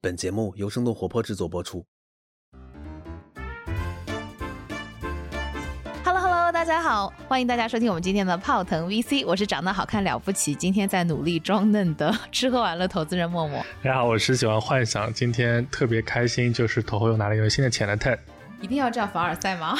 本节目由生动活泼制作播出。 Hello Hello，大家好，欢迎大家收听我们今天的泡腾 VC，我是长得好看了不起，今天在努力装嫩的吃喝玩乐投资人默默。大家好，我是喜欢幻想，今天特别开心，就是头后又拿了一个新的钱的 TED。 一定要这样凡尔赛 吗？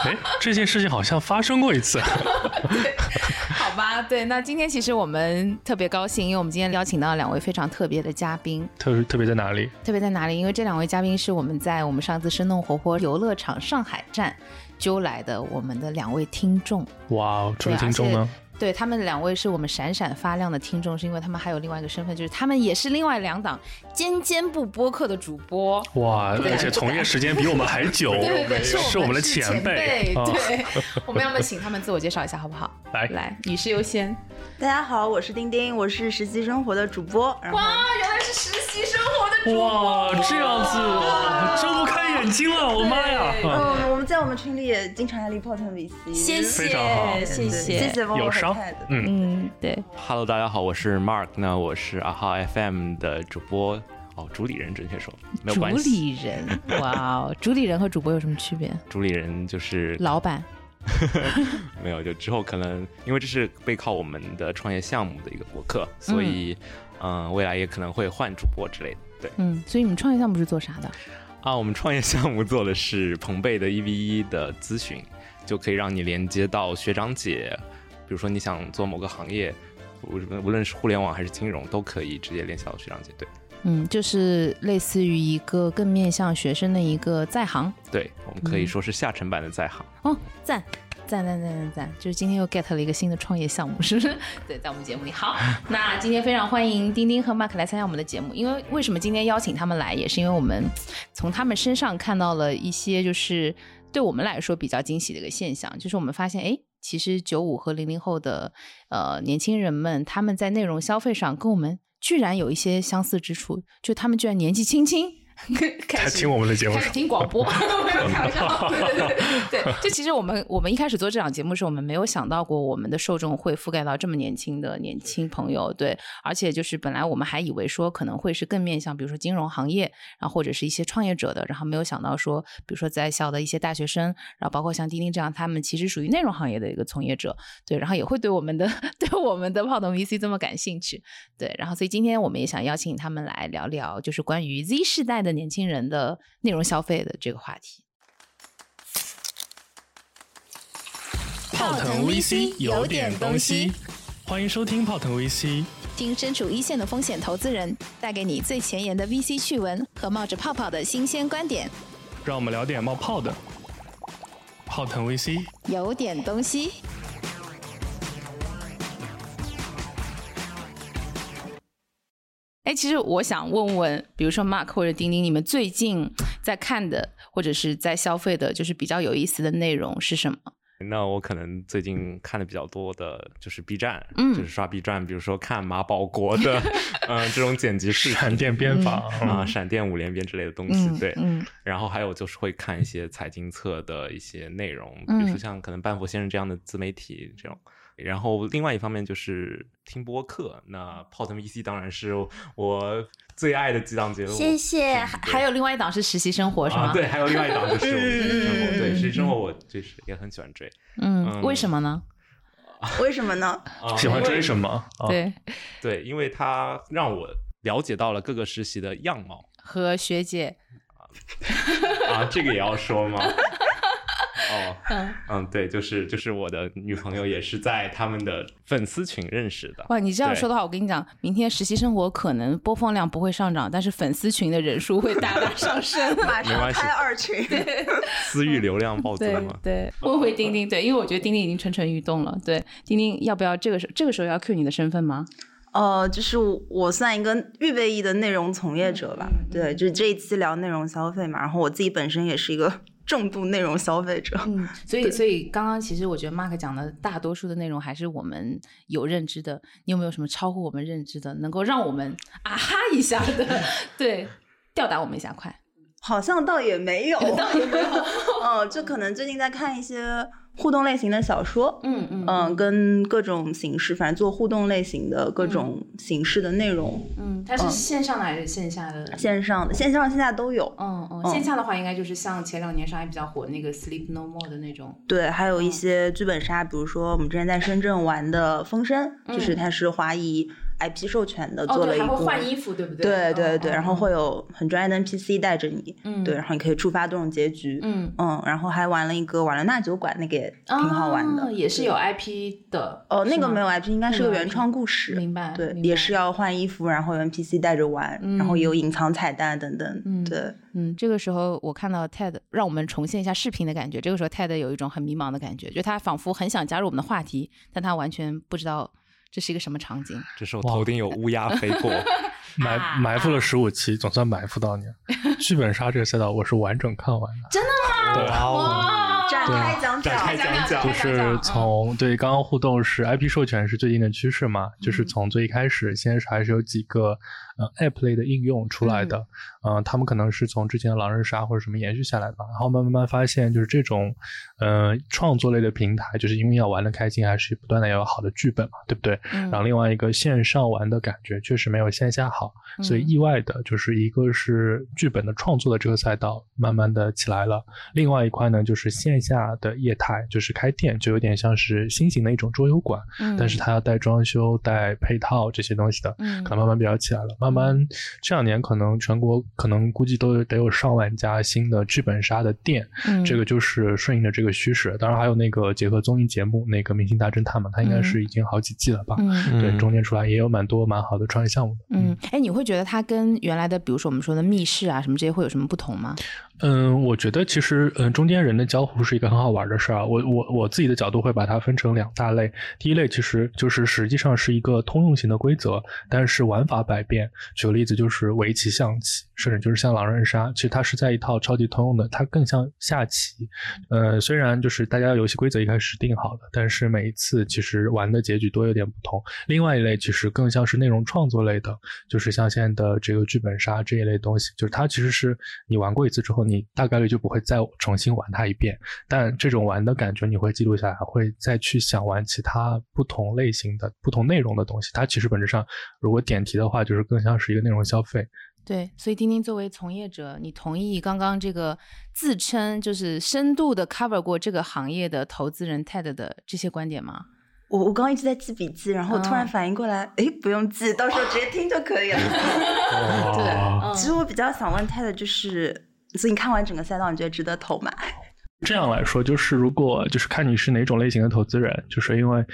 哎，这件事情好像发生过一次。好吧，对，那今天其实我们特别高兴，因为我们今天邀请到两位非常特别的嘉宾。 特特别在哪里？特别在哪里？因为这两位嘉宾是我们在我们上次生动活泼游乐场上海站揪来的我们的两位听众。哇，除了听众呢？对他们两位是我们闪闪发亮的听众，是因为他们还有另外一个身份，就是他们也是另外两档尖尖部播客的主播。哇，而且从业时间比我们还久， 对对对，是我们的前啊辈。对，我们要不请他们自我介绍一下，好不好？来来，女士优先。大家好，我是丁丁，我是实习生活的主播。然后哇，原来是实习生活的主哇，这样子睁不开眼睛了，我妈呀！嗯，我们在我们群里也经常安利泡腾 VC，哦谢非常好谢，谢谢谢。谢帮我友和商 Ted 嗯嗯，对， Hello，大家好，我是 Mark，那我是啊哈 FM 的主播哦，主理人准确说，没有主关系，理人，哇哦，主理人和主播有什么区别？主理人就是老板，没有，就之后可能因为这是背靠我们的创业项目的一个博客，所以嗯、未来也可能会换主播之类的。对嗯，所以你们创业项目是做啥的？啊，我们创业项目做的是彭贝的一 v 一的咨询，就可以让你连接到学长姐，比如说你想做某个行业，无无论是互联网还是金融，都可以直接联系到学长姐。对嗯，就是类似于一个更面向学生的一个在行，对，我们可以说是下沉版的在行。哦，赞。赞赞赞赞赞！就是今天又 get 了一个新的创业项目，是不是？ 对，在我们节目里。好，那今天非常欢迎丁丁和 Mark 来参加我们的节目。因为为什么今天邀请他们来，也是因为我们从他们身上看到了一些就是对我们来说比较惊喜的一个现象，就是我们发现，哎，其实九五和零零后的呃年轻人们，他们在内容消费上跟我们居然有一些相似之处，就他们居然年纪轻 轻开还始听我们的节目开，始听广 播，没有开玩笑。 对对对对，就其实我们我们一开始做这档节目的时候，我们没有想到过我们的受众会覆盖到这么年轻的年轻朋友，对，而且就是本来我们还以为说可能会是更面向比如说金融行业，然后或者是一些创业者的，然后没有想到说，比如说在校的一些大学生，然后包括像丁丁这样，他们其实属于内容行业的一个从业者，对，然后也会对我们的 对我们的泡腾 VC 这么感兴趣，对，然后所以今天我们也想邀请他们来聊聊，就是关于 Z 世代的年轻人的内容消费的这个话题。泡腾 VC 有点东西，欢迎收听泡腾 VC。听身处一线的风险投资人带给你最前沿的 VC 趣闻和冒着泡泡的新鲜观点，让我们聊点冒泡的。泡腾 VC，有点东西。哎，其实我想问问，比如说 Mark 或者丁丁，你们最近在看的或者是在消费的，就是比较有意思的内容是什么？那我可能最近看的比较多的就是 B 站，嗯就是刷 B 站，比如说看马保国 的，嗯、这种剪辑视频闪电编法啊、闪电五连鞭之类的东西，对。嗯然后还有就是会看一些财经册的一些内容，比嗯如说像可能半佛先生这样的自媒体这种。然后另外一方面就是听播客，那泡腾 VC 当然是我最爱的几档节目，谢谢嗯对还有另外一档是实习生活是吗？啊，对，还有另外一档就是我 嗯们实习生活，对实习生活我就是也很喜欢追嗯，嗯为什么呢？为什么呢？啊，喜欢追什么？哦啊对， 对，因为它让我了解到了各个实习的样貌和学姐，啊，这个也要说 吗？哦，嗯，嗯，对，就是就是我的女朋友也是在他们的粉丝群认识的。哇，你这样对说的话，我跟你讲，明天实习生活可能播放量不会上涨，但是粉丝群的人数会大大上 升。马没上关系开二群，私域流量暴增 对嘛？对，问回丁丁，对，因为我觉得丁丁已经蠢蠢欲动了。对，丁丁要不要这个时候这个时候要 cue 你的身份吗？ 呃，就是我算一个预备役的内容从业者吧，嗯对，就是这一期聊内容消费嘛，然后我自己本身也是一个重度内容消费者， 嗯，所以所以刚刚其实我觉得 Mark 讲的大多数的内容还是我们有认知的，你有没有什么超乎我们认知的，能够让我们啊哈一下 的，对，吊打我们一下，快。 好像倒也没有，嗯，就可能最近在看一些互动类型的小说，嗯嗯嗯，跟各种形式，反正做互动类型的各种形式的内容，嗯，它是线上的还是线下的？线上的、线上线下都有。嗯嗯，线下的话应该就是像前两年上海比较火那个《Sleep No More》的那种，对，还有一嗯些剧本杀，比如说我们之前在深圳玩的《风声》，就是它是华谊 IP 授权的，呃嗯哦做了对，一还部。会换衣服，对不哦对对对对对，然后会有很专业的 NPC 带着你，嗯对，然后你可以触发多种结局，嗯，嗯，然后还玩了一个瓦伦纳酒馆，那个也挺好玩的啊，也是有 IP 的哦，那是个吗没有 IP，应该是没个有原 IP 创故事，明白对，明也白是要换衣服，然后有 NPC 带着玩，然后也有隐藏彩蛋等等，嗯对，嗯，这个时候我看到 TED，让我们重现一下视频的感觉。这个时候 TED 有一种很迷茫的感觉，就他仿佛很想加入我们的话题，但他完全不知道这是一个什么场景。这时候头顶有乌鸦飞 过，啊埋埋伏了十五期，总算埋伏 到你了。剧本杀这个赛道我是完整看完的，哇哦！展啊开讲展讲开讲讲就开讲是讲从对刚刚互动是 IP 授权是最近的趋势嘛，就是从最一开始，先是还是有几个呃 App 类的应用出来的，嗯、他们可能是从之前的狼人杀或者什么延续下来吧，然后慢慢慢发现就是这种呃创作类的平台，就是因为要玩的开心，还是不断的要有好的剧本嘛，对不对？嗯然后另外一个线上玩的感觉确实没有线下好，所以嗯意外的就是一个是剧本的创作的这个赛道慢慢的起来了，另外一块呢就是线下的业态，就是开店就有点像是新型的一种桌游馆，嗯但是它要带装修、带配套这些东西的，嗯可能慢慢比较起来了。慢慢这两年可能全国可能估计都有得有上万家新的剧本杀的店，嗯这个就是顺应着这个趋势。当然还有那个结合综艺节目那个《明星大侦探》嘛，它应该是已经好几季了吧？嗯对，嗯中间出来也有蛮多蛮好的创业项目的。嗯，哎，你会觉得它跟原来的，比如说我们说的密室啊什么这些会有什么不同吗？嗯，我觉得其实嗯，中间人的交互是一个很好玩的事儿啊。我我我自己的角度会把它分成两大类，第一类其实就是实际上是一个通用型的规则，但是玩法百变。举个例子，就是围棋、象棋，甚至就是像狼人杀，其实它是在一套超级通用的，它更像下棋。呃，虽然就是大家游戏规则一开始定好的，但是每一次其实玩的结局都有点不同。另外一类其实更像是内容创作类的，就是像现在的这个剧本杀这一类东西，就是它其实是你玩过一次之后，你大概率就不会再重新玩它一遍。但这种玩的感觉你会记录下来，会再去想玩其他不同类型的、不同内容的东西。它其实本质上，如果点题的话，就是更像是一个内容消费。对，所以丁丁作为从业者，你同意刚刚这个自称就是深度的 cover 过这个行业的投资人 TED 的这些观点吗？我我刚刚一直在记笔记，然后突然嗯反应过来，哎，不用记，到时候直接听就可以了。哇，嗯其实我比较想问他的就是，所以你看完整个赛道，你觉得值得投吗？这样来说，就是如果就是看你是哪种类型的投资人，就是因为，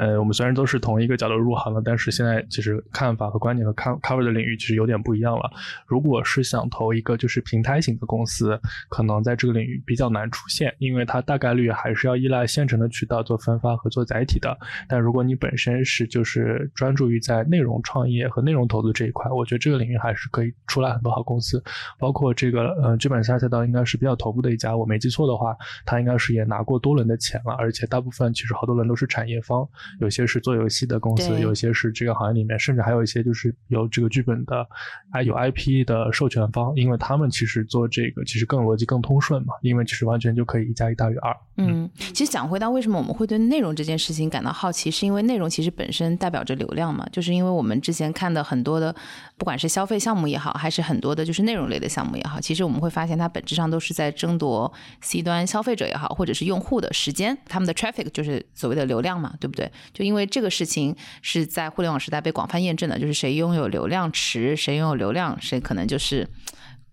呃，我们虽然都是同一个角度入行了，但是现在其实看法和观点和 co- cover 的领域其实有点不一样了。如果是想投一个就是平台型的公司，可能在这个领域比较难出现，因为它大概率还是要依赖现成的渠道做分发和做载体的。但如果你本身是就是专注于在内容创业和内容投资这一块，我觉得这个领域还是可以出来很多好公司，包括这个呃剧本杀赛道应该是比较头部的一家，我没记错的话，它应该是也拿过多轮的钱了，而且大部分其实好多轮都是产业方，有些是做游戏的公司，对有些是这个行业里面，甚至还有一些就是有这个剧本的，啊有 IP 的授权方，因为他们其实做这个其实更逻辑更通顺嘛，因为其实完全就可以一加一大于二。嗯，其实讲回到为什么我们会对内容这件事情感到好奇，是因为内容其实本身代表着流量嘛，就是因为我们之前看的很多的，不管是消费项目也好，还是很多的就是内容类的项目也好，其实我们会发现它本质上都是在争夺 C 端消费者也好，或者是用户的时间，他们的 traffic 就是所谓的流量嘛，对不对？就因为这个事情是在互联网时代被广泛验证的，就是谁拥有流量池，谁拥有流量，谁可能就是。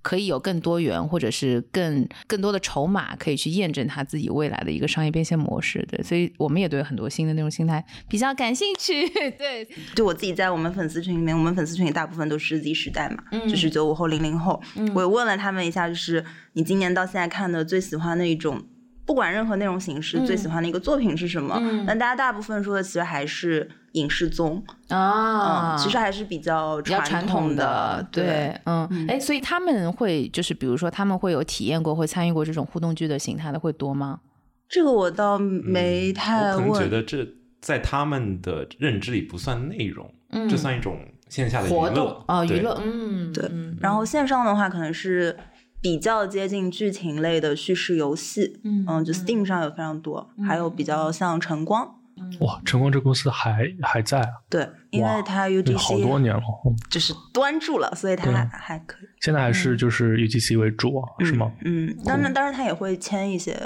可以有更多元，或者是更更多的筹码，可以去验证他自己未来的一个商业变现模式。对，所以我们也对很多新的内容形态比较感兴趣。 对，就我自己在我们粉丝群里面，我们粉丝群里大部分都是 Z 时代嘛，嗯就是九五后、零零后。我也问了他们一下，就是你今年到现在看的最喜欢的一种，不管任何内容形式，嗯最喜欢的一个作品是什么？嗯那大家大部分说的其实还是影视综，啊嗯，其实还是比较比较传统统的，对。对，嗯，嗯哎，所以他们会就是，比如说他们会有体验过、会参与过这种互动剧的形态的会多吗？这个我倒嗯没太嗯我可问，能觉得这在他们的认知里不算内容，嗯这算一种线下的娱活动乐哦，对娱乐，嗯，对嗯然后线上的话，可能是比较接近剧情类的叙事游戏，嗯嗯，就 Steam 上有非常多，还有比较像晨光，哇，晨光这公司还还在啊，对，因哇为它对，好多 UGC 年了，嗯就是端住了，所以它对还还可以，现在还嗯是就是 UGC 为主啊，是吗？嗯，当然，当然它也会签一些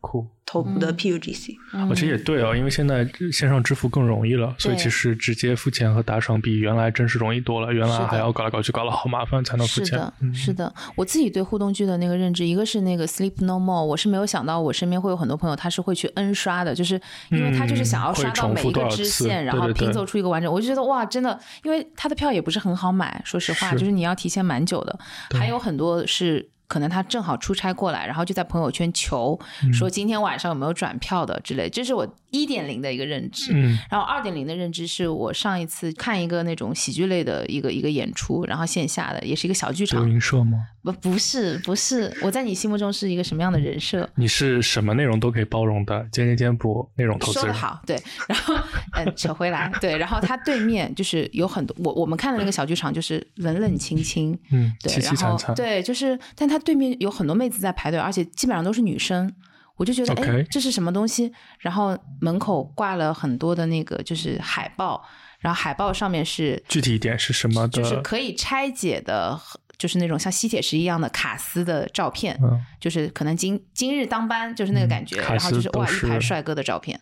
酷。头部的嗯 PUGC，我觉得也对啊，因为现在线上支付更容易了，所以对其实直接付钱和打赏比原来真是容易多了。原是来的还要搞来搞去，搞了好麻烦才能付是钱嗯的。，是的，我自己对互动剧的那个认知，一个是那个 Sleep No More，我是没有想到我身边会有很多朋友他是会去 N 刷的，就是因为他就是想要嗯刷会到重每复一个多少支次线，然对后对拼对凑出一个完整。我就觉得哇，真的，因为他的票也不是很好买，说实话，是就是你要提前蛮久的，对还有很多是。可能他正好出差过来，然后就在朋友圈求嗯说今天晚上有没有转票的之类，这是我一点零的一个认知。嗯，然后二点零的认知是我上一次看一个那种喜剧类的一个一个演出，然后线下的也是一个小剧德场，云社吗？不不是不是，我在你心目中是一个什么样的人设？你是什么内容都可以包容的，尖尖尖补内容投说资的人。好，对，然后嗯，扯回来，对，然后他对面就是有很多，我我们看的那个小剧场就是冷冷清清，嗯，对，凄凄然惨后惨。对，就是，但他对面有很多妹子在排队，而且基本上都是女生，我就觉得，哎 OK 这是什么东西？然后门口挂了很多的那个就是海报，然后海报上面是具体一点是什么的？就是可以拆解的，就是那种像吸铁石一样的卡斯的照片，嗯，就是可能今今日当班就是那个感觉，嗯卡然后就斯是都哇一排是帅哥的照片。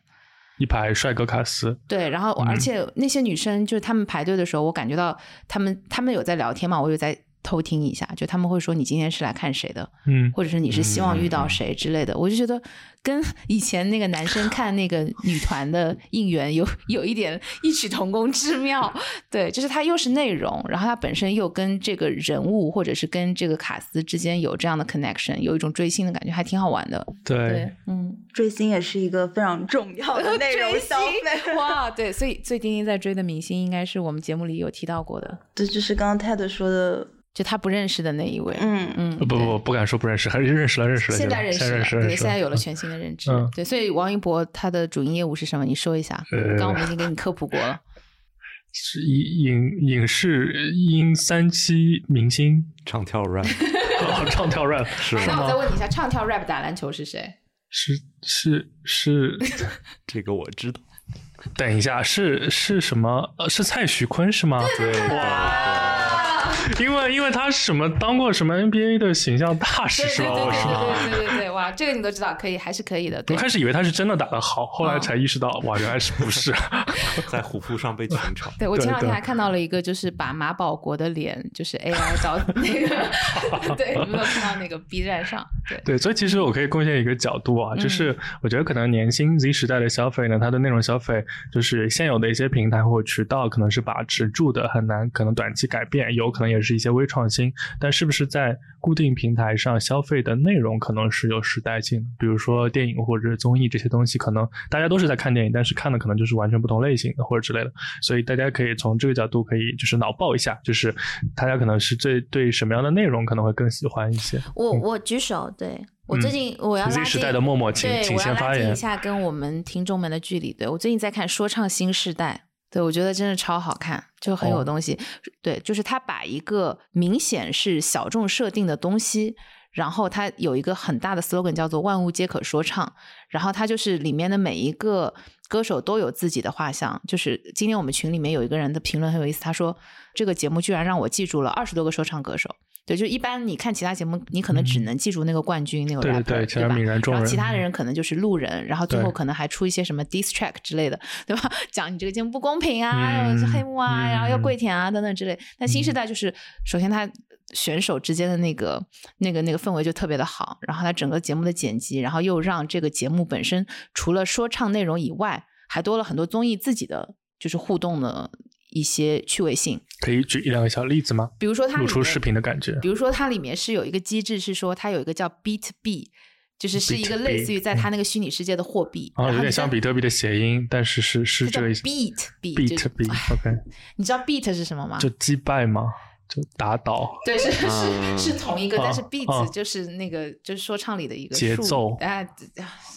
一排帅哥卡斯，对，然后而嗯且那些女生就是她们排队的时候，我感觉到她们她们有在聊天嘛，我有在偷听一下，就她们会说你今天是来看谁的，嗯，或者是你是希望遇到谁之类的，我就觉得跟以前那个男 生看那个女团的应援有 有一点异曲同工之妙。对，就是它又是内容，然后它本身又跟这个人物或者是跟这个卡斯之间有这样的 connection，有一种追星的感觉，还挺好玩的。对对，嗯。追星也是一个非常重 要的内容追消费 星。哇，对，所以最近丁在追的明星应该是我们节目里有提到过的，这就是刚刚 Ted 说的，就他不认识的那一位。嗯，嗯，呃不不对不，不敢说不认识，还是认识了认识了。现在认识现在了，认识对，认识现在 有了全新的认知。嗯对，所以王一博他的主营业务是什么？你说一下。呃刚刚我们已经给你科普过 了。是影影影视音三期明星， 唱跳 rap 哦唱跳 rap 是那我吗再问你一下，唱跳 rap 打篮球是谁？是是是，这个我知道，等一下是是什么？呃，是蔡徐坤是吗？对因为因为他什么当过什么 NBA 的形象大使对是对吧？对我是吗？对对对对对对，哇，这个你都知道，可以还是可以的。我对，开始以为他是真的打得好，后啊来才意识到，哇，原来是不是？ 啊在虎扑上被群嘲。对，我前对两天对还看到了一个，就是把马保国的脸，就是 AI 到那个， 对，你没有看到那个 B 站上？对，对，所以其实我可以贡献一个角度啊，就是我觉得可能年轻 Z 时代的消费呢，它的内容消费就是现有的一些平台或渠道可能是把持住的，很难可能短期改变，有可能也是一些微创新，但是不是在固定平台上消费的内容可能是有时代性的，比如说电影或者是综艺这些东西，可能大家都是在看电影，但是看的可能就是完全不同类型的或者之类的，所以大家可以从这个角度可以就是脑爆一下，就是大家可能是最对什么样的内容可能会更喜欢一些。我我举手，对我嗯最近我要拉 Z 近时代的默默，请对，请我要先拉发近言一。下跟我们听众们的距离。对我最近在看《说唱新时代》，对我觉得真的超好看，就很有哦东西。对，就是他把一个明显是小众设定的东西。然后它有一个很大的 slogan 叫做“万物皆可说唱”，然后它就是里面的每一个歌手都有自己的画像。就是今天我们群里面有一个人的评论很有意思，他说这个节目居然让我记住了二十多个说唱歌手。对，就一般你看其他节目，你可能只嗯能记住那个冠军、那个对对 rapper，对其他吧泯然众后人其他的人可能就是路人，然后最对后可能还出一些什么 diss track 之类的，对吧？讲你这个节目不公平啊，嗯是黑幕啊，嗯然后要跪舔啊等等之类。但新时代就是，首先它选手之间的那个那个那个氛围就特别的好，然后它整个节目的剪辑，然后又让这个节目本身除了说唱内容以外，还多了很多综艺自己的就是互动的一些趣味性，可以举一两个小例子吗？比如说它露里出面视频的感觉比如说它里面是有一个机制，是说它有一个叫 Beat B，就是是一个 Beat 类似于 B，在它那个虚拟世界的货币，啊，然后有你点像在比特币的谐音，但是是是它这叫个意思。 Beat B， beat beat，OK，你知道 Beat 是什么吗？就击败嘛，就打倒。对，是嗯是是同一个，但是啊 beats 就是那个就是说唱里的一个节术语奏哎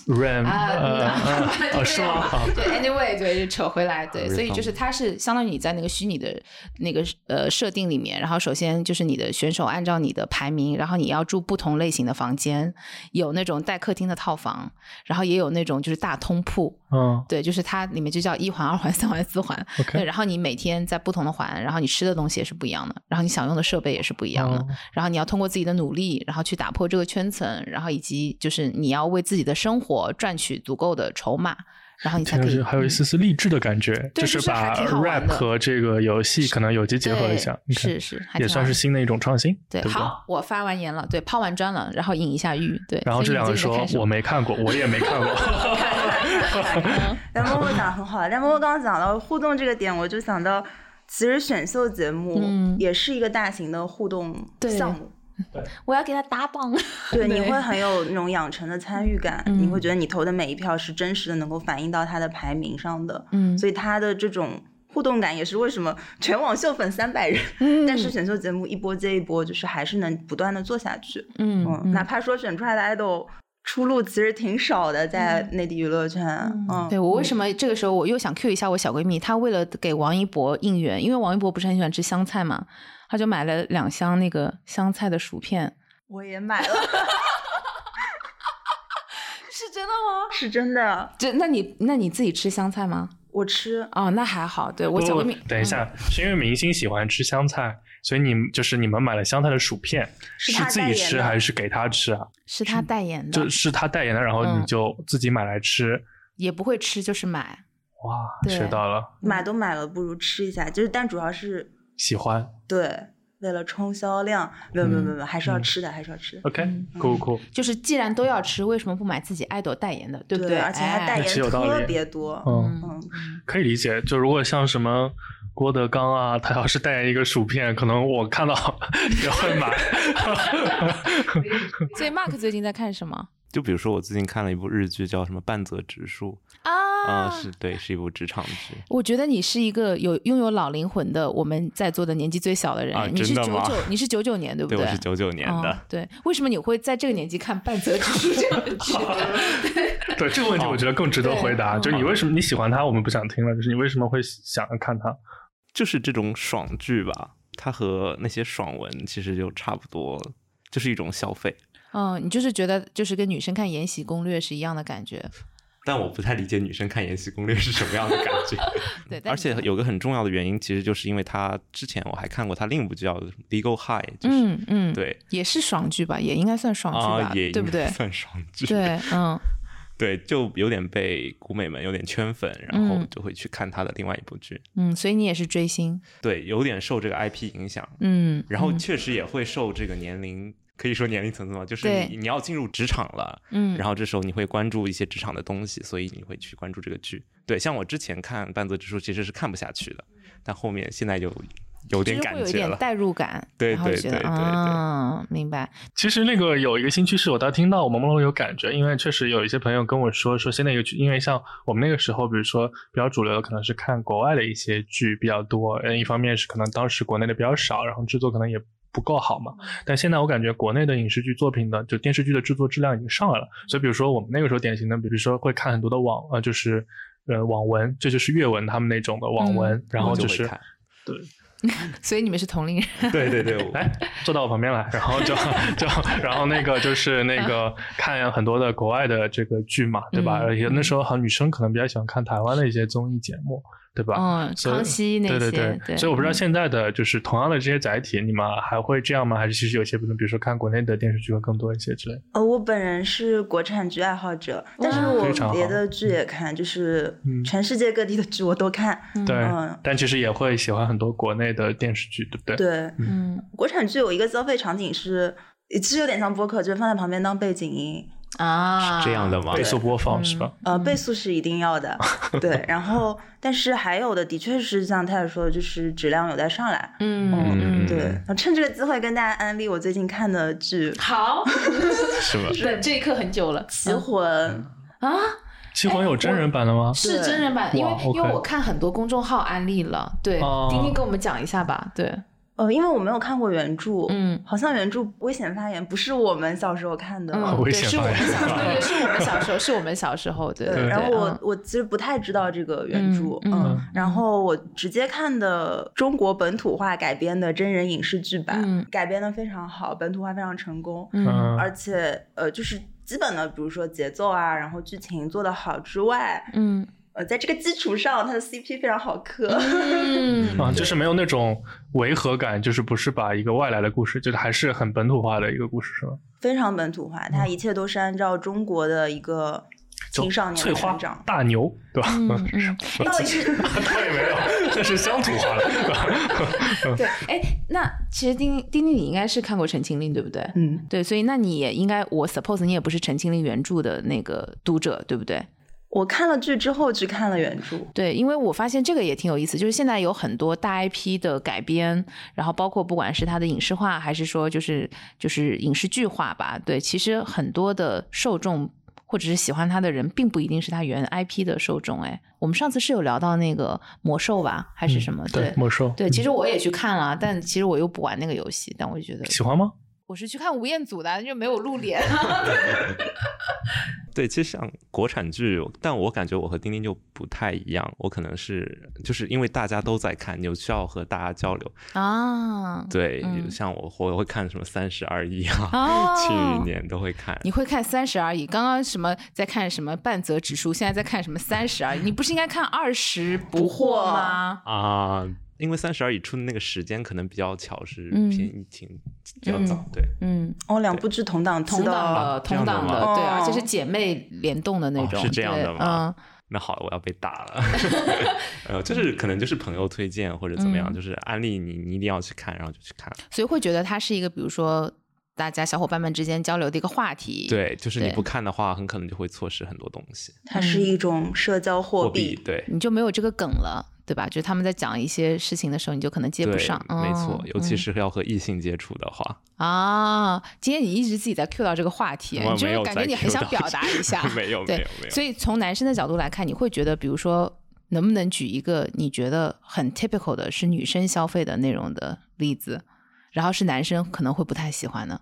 RAM 啊 呃呃那呃是吗？啊，对，anyway，对，就扯回来，对， Rhythm 所以就是它是相当于你在那个虚拟的那个呃设定里面，然后首先就是你的选手按照你的排名，然后你要住不同类型的房间，有那种带客厅的套房，然后也有那种就是大通铺，嗯对，就是它里面就叫一环、二环、三环、四环，对， ，OK，然后你每天在不同的环，然后你吃的东西也是不一样的，然后你想用的设备也是不一样的，嗯然后你要通过自己的努力，然后去打破这个圈层，然后以及就是你要为自己的生活赚取足够的筹码，然后你才听可上以去还有一丝嗯丝励志的感觉，对是就是还把挺好玩 rap 的和这个游戏可能有机结合一下，你对看是是，还也挺算好是的新的一种创新，对。不对？好，我发完言了，对，抛完砖了，然后引一下玉，对。然后所这以两你个最近在说看什么我没看过，我也没看过， 但默默讲得很好啊，但默默刚刚讲到互动这个点，我就想到，其实选秀节目嗯也是一个大型的互动对项目。我要给他打榜。对，你对会很有那种养成的参与感，嗯你会觉得你投的每一票是真实的，能够反映到他的排名上的。嗯所以他的这种互动感也是为什么全网秀粉三百人，嗯但是选秀节目一波接一波，就是还是能不断的做下去。嗯嗯，嗯哪怕说选出来的 idol 出路其实挺少的，在内地娱乐圈，嗯，对我为什么这个时候我又想 cue 一下我小闺蜜，她为了给王一博应援，因为王一博不是很喜欢吃香菜嘛，她就买了两箱那个香菜的薯片。我也买了， 是真的吗？是真的，这那你那你自己吃香菜吗？我吃。哦，那还好。对我小不闺蜜，等一下，是因为明星喜欢吃香菜，所以你们就是你们买了香菜的薯片，是是他自代己言吃的还是给他吃啊？是她代言的就，是他代言的，然后嗯你就自己买来吃，也不会吃，就是买。哇，对学到了，买都买了，不如吃一下。就是，但主要是喜欢。对，为了冲销量，没有没有没有没有，还是要嗯吃的，还是要吃的。 OK，酷酷，就是既然都要吃，为什么不买自己爱豆代言的，对不而且他哎代那是言有道特理别多，嗯，嗯，可以理解。就如果像什么郭德纲啊，他要是代言一个薯片，可能我看到 也会买。嗯所以 Mark 最近在看什么就比如说我最近看了一部日剧，叫什么《半泽直树》啊、啊？是对，是一部职场剧，我觉得你是一个有拥有老灵魂的，我们在座的年纪最小的人。啊你是九真的吗九，你是九九年对不对，对我是九九年哦的。对，为什么你会在这个年纪看《半泽直树》这样的 剧？对这个问题，我觉得更值得回答。哦就是你为什么你喜欢他，我们不想听了。就是你为什么会想要看他？就是这种爽剧吧，它和那些爽文其实就差不多，就是一种消费。嗯，你就是觉得就是跟女生看《延禧攻略》是一样的感觉，但我不太理解女生看《延禧攻略》是什么样的感 觉。对。但而且有个很重要的原因，其实就是因为它之前我还看过它另一部叫《Legal High》，就是、嗯嗯，，对也是爽剧吧，也应该算爽剧吧，啊，也对不对应该？算爽剧。对，嗯对就有点被古美们有点圈粉，然后嗯就会去看他的另外一部剧。嗯，所以你也是追星，对，有点受这个 IP 影响，嗯，然后嗯确实也会受这个年龄，可以说年龄层次嘛，就是对你你要进入职场了，嗯，然后这时候你会关注一些职场的东西，所以你会去关注这个剧。对，像我之前看《半泽直树》其实是看不下去的，但后面现在就就有点是感会有一觉点了。代入感，对然后就对觉得对对对啊，明白，其实那个有一个新趋势，我倒听到我朦朦胧胧有感觉，因为确实有一些朋友跟我说，说现在有剧，因为像我们那个时候，比如说比较主流的可能是看国外的一些剧比较多，呃，一方面是可能当时国内的比较少，然后制作可能也不够好嘛。嗯但现在我感觉国内的影视剧作品的就电视剧的制作质量已经上来了，所以比如说我们那个时候典型的，比如说会看很多的网呃，就是呃网文，这就是阅文他们那种的网文，然后嗯我就会是看所以你们是同龄人，对对对，我来坐到我旁边来，然后就就然后那个就是那个看很多的国外的这个剧嘛，对吧？嗯而且那时候好像女生可能比较喜欢看台湾的一些综艺节目，对吧？嗯，所以康熙那些，对对对，所以我不知道嗯现在的就是同样的这些载体，你们还会这样吗？还是其实有些，比如比如说看国内的电视剧会更多一些之类的？呃，我本人是国产剧爱好者，但是哇非常我好别的剧也看，就是嗯哎全世界各地的剧我都看。对，嗯但其实也会喜欢很多国内的电视剧，对不对？对，嗯国产剧有一个消费场景是，其实有点像播客，就是放在旁边当背景音。啊，嗯是这样的吗倍？速播放是吧？呃，倍速是一定 要的，对。然后，但是还有的的确是像泰尔说的，就是质量有待上来。嗯，嗯嗯嗯，对，那趁这个机会跟大家安利我最近看的剧《好， 是吗？ 等这一刻很久了，棋魂》，啊，七魂有真人版的吗？是对真人版，因为哇因为 OK 我看很多公众号安利了，对，哦丁丁给我们讲一下吧，对，呃，因为我没有看过原著，嗯，好像原著《危险发言》不是我们小时候看的，嗯，危对，险是我发们言小时候，对，是我们小时候，是我们小时候，对对，然后我嗯我其实不太知道这个原著，嗯嗯然后我直接看的中国本土化改编的真人影视剧版，嗯改编的非常好，本土化非常成功，嗯嗯而且呃，就是基本的，比如说节奏啊，然后剧情做得好之外，嗯呃，在这个基础上，它的 CP 非常好磕，嗯啊，就是没有那种违和感，就是不是把一个外来的故事，就是还是很本土化的一个故事，是吗？ 非常本土化，它一切都是按照中国的一个就青少年翠花成长。哎大牛，对吧？嗯 嗯，到底是倒也没有， 这是乡土化了。对吧对，哎，那其实丁丁丁，你应该是看过《陈情令》，对不对？嗯，对，所以那你也应该，我 suppose 你也不是《陈情令》原著的那个读者，对不对？我看了剧之后去看了原著，对，因为我发现这个也挺有意思，就是现在有很多大 IP 的改编，然后包括不管是它的影视化，还是说就是就是影视剧化吧，对，其实很多的受众或者是喜欢它的人，并不一定是它原 IP 的受众。哎，我们上次是有聊到那个魔兽吧， 还是什 么？嗯对。魔兽，对，其嗯实我也去看了，但其实我又不玩那个游戏，但我就觉得嗯喜欢吗？ 我是去看吴彦祖的，就没有露脸。对，其实像国产剧，但我感觉我和丁丁就不太一样，我可能是就是因为大家都在看，你需要和大家交流。啊对，嗯像我我会看什么《三十而已》啊，啊！去年都会看。你会看三十而已，刚刚什么在看什么半泽直树，现在在看什么三十而已，你不是应该看二十不惑吗？啊、因为《三十而已》出的那个时间可能比较巧，是嗯偏疫情比较早，嗯对，嗯，哦，两部剧同档期同的档的，啊这同样的档吗的，对，哦而且是姐妹联动的那种，哦是这样对嗯的吗那好了，我要被 打了。呃，就是可能就是朋友推荐或者怎么样，嗯就是安利你，你一定要去看，然后就去看。嗯，所以会觉得它是一个，比如说大家小伙伴们之间交流的一个话题，，对，就是对你不看的话，很可能就会错失很多东西。它是一种社交货货币。对。你就没有这个梗了。对吧？就是他们在讲一些事情的时候，你就可能接对不上。，没嗯错，尤其嗯是要和异性接触的话，啊，今天你一直自己在 cue 到这个话题，我你就没是有感在觉你很 cue 想到表这达个，一下 没有没对有没有所以从男生的角度来看，你会觉得，比如说，能不能举一个你觉得很 typical 的是女生消费的内容的例子，然后是男生可能会不太喜欢的？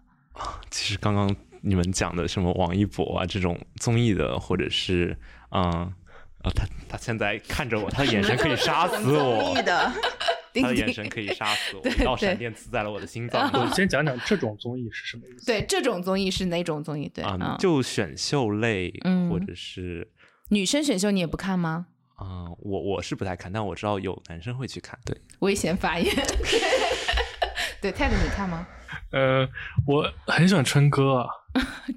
其实刚刚你们讲的什么王一博啊这种综艺的，或者是嗯啊、他他现在看着我，他的眼神可以杀死 我综艺，的，他的丁眼丁神可以杀死我，对一道闪对电刺在了我的心脏。嗯我先讲讲这种综艺是什么意思。 对，这种综艺是哪种综艺？对，啊、嗯，就选秀类，嗯或者是女生选秀你也不看吗？啊、嗯我我是不太看，但我知道有男生会去看。对，危险发 言。对 t e 你看吗？呃，我很喜欢春哥啊，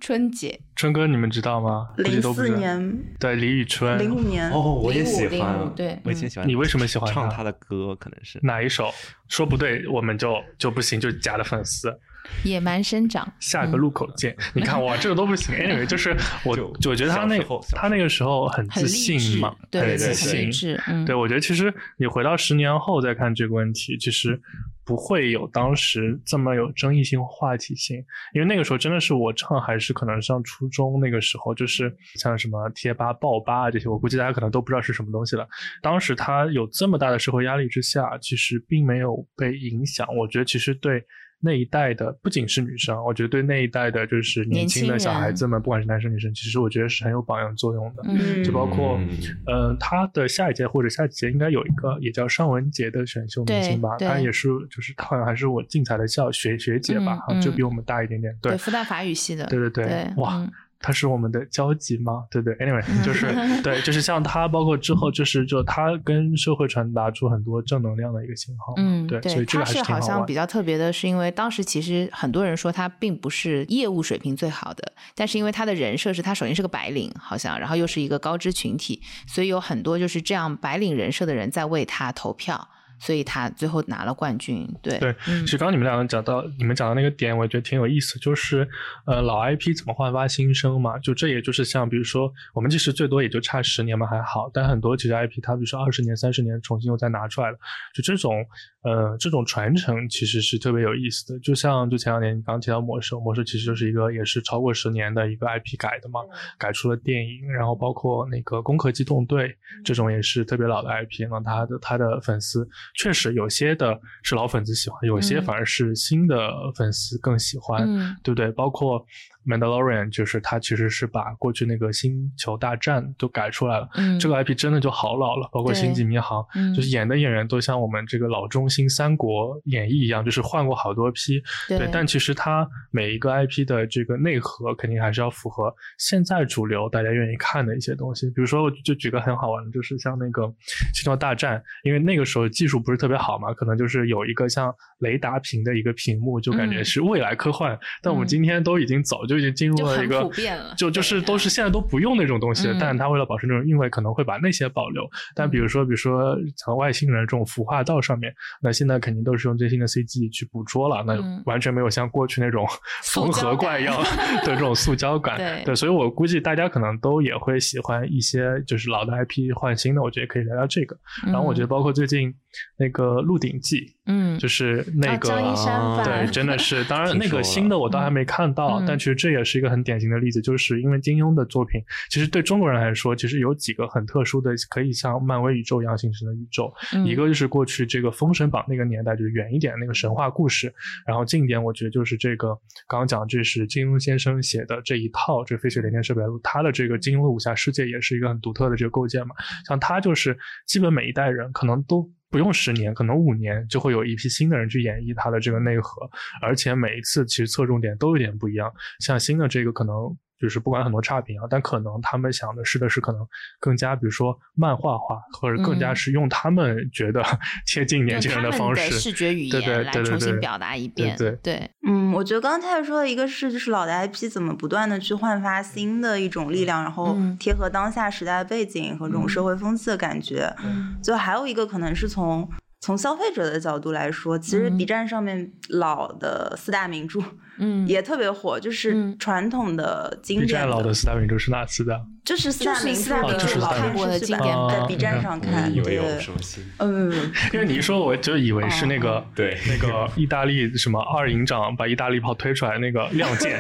春姐，春哥你们知道吗？估计零都不四知道。年、对李宇春。零五嗯年，哦，我也喜05欢对我以前嗯喜欢。你为什么喜欢唱他他的歌？可能是哪一首说不对，我们就就不行，就假的粉丝。野蛮生长。下个路口 见。你看我这个都不行，anyway，就是我嗯就我觉得他小那时候小时候他那个时候很很自励信志嘛，，对，很对自很励信。志，嗯，对，我觉得其实你回到十年后再看这个问题，其实不会有当时这么有争议性、话题性，因为那个时候真的是我上还是可能上初中那个时候，就是像什么贴吧、爆吧啊这些，我估计大家可能都不知道是什么东西了。当时他有这么大的社会压力之下，其实并没有被影响。我觉得其实对。那一代的不仅是女生，我觉得对那一代的就是年年轻轻的小孩人子们，不管是男生女生，其实我觉得是很有榜样作用的。嗯，就包括嗯呃，他的下一届或者下几届应该有一个也叫尚雯婕的选秀明星吧，对对她也是就是她好像还是我竞彩的校学学姐吧，嗯啊就嗯比我们大一点点。对，对复旦法语系的，对对对对，哇嗯她是我们的交集吗？对对，anyway，就是 对，就是像她，包括之后就是就她跟社会传达出很多正能量的一个信号嘛。嗯，对，所对，以他这个还是挺好像玩比。较特别的，是因为当时其实很多人说他并不是业务水平最好的，但是因为他的人设是他首先是个白领，好像，然后又是一个高知群体，所以有很多就是这样白领人设的人在为他投票，所以他最后拿了冠军。对，对嗯其实刚刚你们两个讲到，你们讲到那个点，我觉得挺有意思，就是呃老 IP 怎么焕发新生嘛，就这也就是像比如说我们其实最多也就差十年嘛还好，但很多其实 IP 它比如说二十年、三十年重新又再拿出来了，就这种呃这种传承其实是特别有意思的。就像就前两年你刚刚提到魔兽，魔兽其实就是一个也是超过十年的一个 IP 改的嘛，改出了电影，然后嗯包括那个《攻壳机动队》这种也是特别老的 IP，那它的它的粉丝确实有些的是老粉丝喜欢，有些嗯反而是新的粉丝更喜欢，嗯对不对？包括 Mandalorian，就是它其实是把过去那个星球大战都改出来了，嗯，这个 IP 真的就好老了，包括对星际迷航，嗯就是演的演员都像我们这个老中新三国演义一样，就是换过好多批。嗯对但其实它每一个 IP 的这个内核肯定还是要符合现在主流大家愿意看的一些东西。比如说，我就举个很好玩的，就是像那个《星球大战》，因为那个时候技术不是特别好嘛，可能就是有一个像雷达屏的一个屏幕，就感觉嗯是未来科幻。但我们嗯今天都已经早就已经进入就了很一个普遍了就对就啊是都是现在都不用那种东西了，嗯但他为了保持这种韵味，可能会把那些保留。但比如说，比如说像外星人这种服化道上面，那现在肯定都是用最新的 CG 去捕捉了，嗯那完全没有像过去那种 塑缝胶合感怪 样的这种塑胶感。对所以我估计大家可能都也会喜欢一些就是老的 IP 换新的，我觉得可以聊聊这个。然后我觉得包括最近那个《鹿鼎记》，嗯，就是那哦个、张一山吧，对，真的是。当然，啊听那个说新的我倒还没看到，嗯但其实这也是一个很典型的例子，就是因为金庸的作品，其实对中国人来说，其实有几个很特殊的，可以像漫威宇宙一样形成的宇宙。嗯一个就是过去这个《封神榜》那个年代，就是远一点的那个神话故事，然后近一点，我觉得就是这个刚刚讲，这是金庸先生写的这一套，这《飞雪连天射白鹿》，他的这个金庸的武侠世界也是一个很独特的这个构建嘛。像他就是基本每一代人可能都。不用十年，可能五年就会有一批新的人去演绎他的这个内核，而且每一次其实侧重点都有点不一样。像新的这个可能就是不管很多差评啊，但可能他们想的是的是可能更加比如说漫画化，或者更加嗯是用他们觉得 贴近用年轻人他的们方式，视觉语对对言来对对重新对表达一对遍，对对，嗯，我觉得刚才说的一个是，就是老的 IP 怎么不断的去焕发新的一种力量，然后嗯贴合当下时代背景和这种社会风气的感觉。嗯就还有一个可能是从从消费者的角度来说，其实嗯 B 站上面老的四大名著嗯，也特别火，就是嗯传统的经 B 典站老的四大名著是哪四大？就是四大就是名四著大的名著哦就是四老大名看著顺序版哦在 B 明白站上看，我嗯以为对，有什么新嗯， 因为你一说，我就以为是那哦个、对那个意大利什么二营长把意大利炮推出来那个《亮 剑》，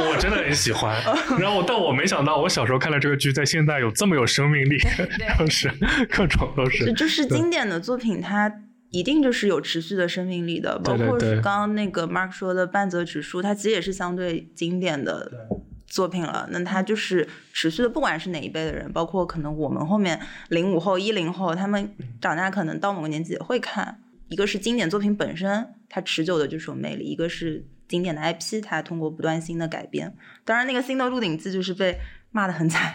我真的很喜欢。哦 然后，但我没想到我小时候看的这个剧，在现在有这么有生命力， 都是各种都。就是就是经典的作品，它一定就是有持续的生命力的。对包对括对是刚刚那个 Mark 说的《半泽直树》，它其实也是相对经典的作品了。那它就是持续的，不管是哪一辈的人，包括可能我们后面零五后、一零后，他们嗯长大可能到某个年纪也会看。一个是经典作品本身，它持久的就是有魅力；一个是经典的 IP，它通过不断新的改编。当然，那个新的《鹿鼎记》就是被骂的很惨，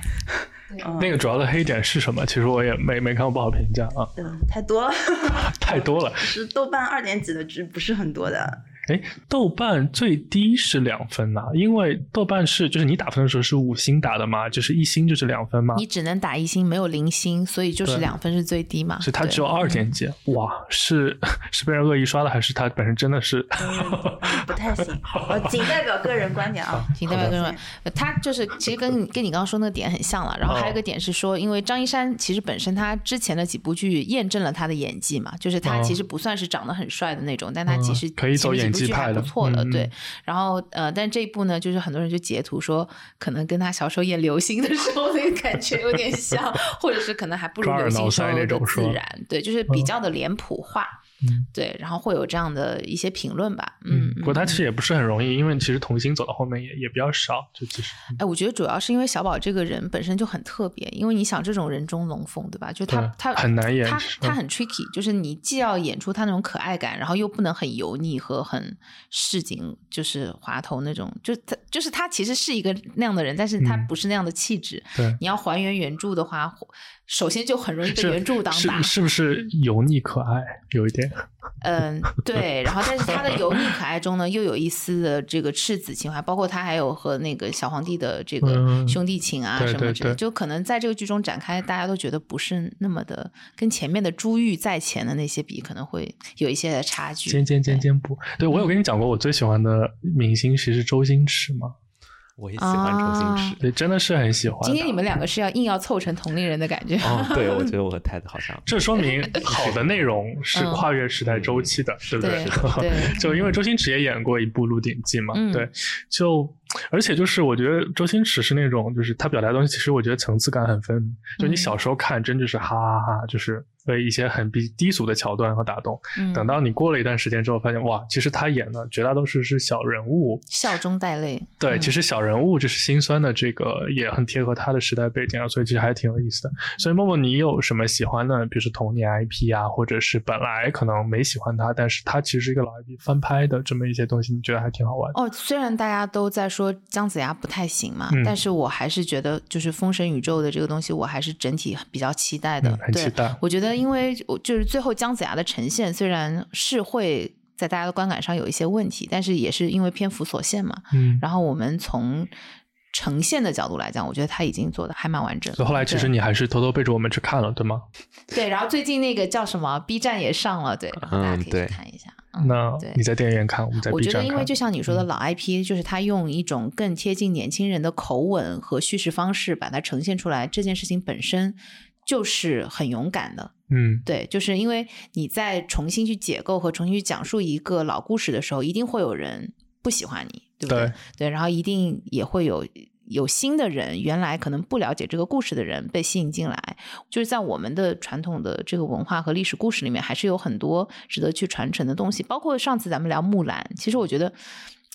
那个主要的黑点是什么？其实我也没没看过，不好评价啊，嗯，太多了。 太多了。是豆瓣二点几的值不是很多的，哎，豆瓣最低是两分呐、因为豆瓣是就是你打分的时候是五星打的嘛，就是一星就是两分嘛，你只能打一星，没有零星，所以就是对两分是最低嘛，所以它对只有二点几。哇，是 是被人恶意刷的，还是它本身真的是？嗯不太 行。我仅代表个人观点啊，请代表跟人，呃他就是其实跟你跟你刚刚说那个点很像了。然后还哦有一个点是说，因为张一山其实本身他之前的几部剧验证了他的演技嘛，就是他哦其实不算是长得很帅的那种，但他其实嗯可以走前面几部演技剧还派的不错的，嗯对。然后呃，但这一部呢，就是很多人就截图说，可能跟他小时候演流星的时候那个感觉有点像，或者是可能还不如抓耳流挠星时腮候那的种自是吧然，对，就是比较的脸谱化，嗯对。然后会有这样的一些评论吧，嗯嗯，。不过它其实也不是很容易，因为其实童星走到后面也也比较少，就其实嗯哎，我觉得主要是因为小宝这个人本身就很特别，因为你想这种人中龙凤，对吧？就他对他很难演他是他很 tricky，就是你既要演出他那种可爱感，然后又不能很油腻和很市井，就是滑头那种。就他就是他其实是一个那样的人，但是他嗯不是那样的气质。对。你要还原原著的话，首先就很容易被是原著党是打。是不是油腻可爱有一点？嗯，对，然后但是他的油腻可爱中呢，又有一丝的这个赤子情怀，包括他还有和那个小皇帝的这个嗯兄弟情啊对什么对之类的，对就可能在这个剧中展开，大家都觉得不是那么的跟前面的珠玉在前的那些比，可能会有一些的差距。尖尖尖尖不？对我有嗯跟你讲过，我最喜欢的明星其实是周星驰嘛，我也喜欢周星驰。对，真的是很喜欢的。今天你们两个是要硬要凑成同龄人的感觉，哦，对，我觉得我和 Ted 好像这 说明好的内容是嗯跨越时代 周期的，对不对对就因为周星驰也演过一部《鹿鼎记》嘛，嗯对，就而且就是我觉得周星驰是那种，就是他表达的东西，其实我觉得层次感很分明。就嗯你小时候看，真就是哈哈哈，就是被一些很低低俗的桥段和打动。嗯等到你过了一段时间之后，发现哇，其实他演的绝大多数是小人物，笑中带泪。对，嗯其实小人物就是心酸的，这个也很贴合他的时代背景啊，所以其实还挺有意思的。所以默默，你有什么喜欢的，比如说童年 IP 啊，或者是本来可能没喜欢他，但是他其实是一个老 IP 翻拍的这么一些东西，你觉得还挺好玩的？哦，虽然大家都在说姜子牙不太行嘛，嗯但是我还是觉得就是《封神宇宙》的这个东西，我还是整体比较期待的。嗯，很期对，待。我觉得因为我就是最后姜子牙的呈现，虽然是会在大家的观感上有一些问题，但是也是因为篇幅所限嘛。嗯，然后我们从呈现的角度来讲，我觉得他已经做的还蛮完整了。所以后来其实对你还是偷偷背着我们去看了，对吗？对，然后最近那个叫什么 B 站也上了，对，然后大家可以对去看一下。嗯嗯那对你在电影院看，我们在我 B 觉站得，看。嗯因为就像你说的老 IP，、就是他用一种更贴近年轻人的口吻和叙事方式把它呈现出来，这件事情本身就是很勇敢的。嗯对，就是因为你在重新去解构和重新去讲述一个老故事的时候，一定会有人不喜欢你，对不对？对然后一定也会有有新的人，原来可能不了解这个故事的人被吸引进来。就是在我们的传统的这个文化和历史故事里面，还是有很多值得去传承的东西。包括上次咱们聊木兰，其实我觉得。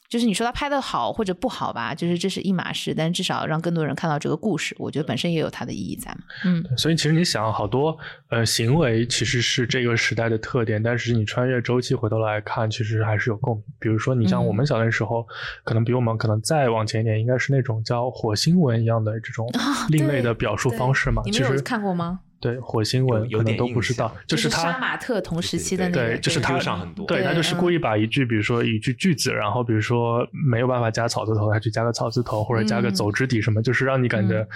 就是你说它拍的好或者不好吧，就是这是一码事，但至少让更多人看到这个故事，我觉得本身也有它的意义在嘛。嗯，所以其实你想，好多呃行为其实是这个时代的特点，但是你穿越周期回头来看，其实还是有共鸣。比如说，你像嗯我们小的时候，可能比我们可能再往前一点，应该是那种叫火星文一样的这种另类的表述方式嘛。啊对其你们有实看过吗？对，火星文有有可能点都不知道印，是就是杀他。马特同时期的那个，对，就是对他对上很多对他对就是嗯故意把一句，比如说一句句子，然后比如说没有办法加草字头，他去加个草字头，或者加个嗯走之底什么，就是让你感觉嗯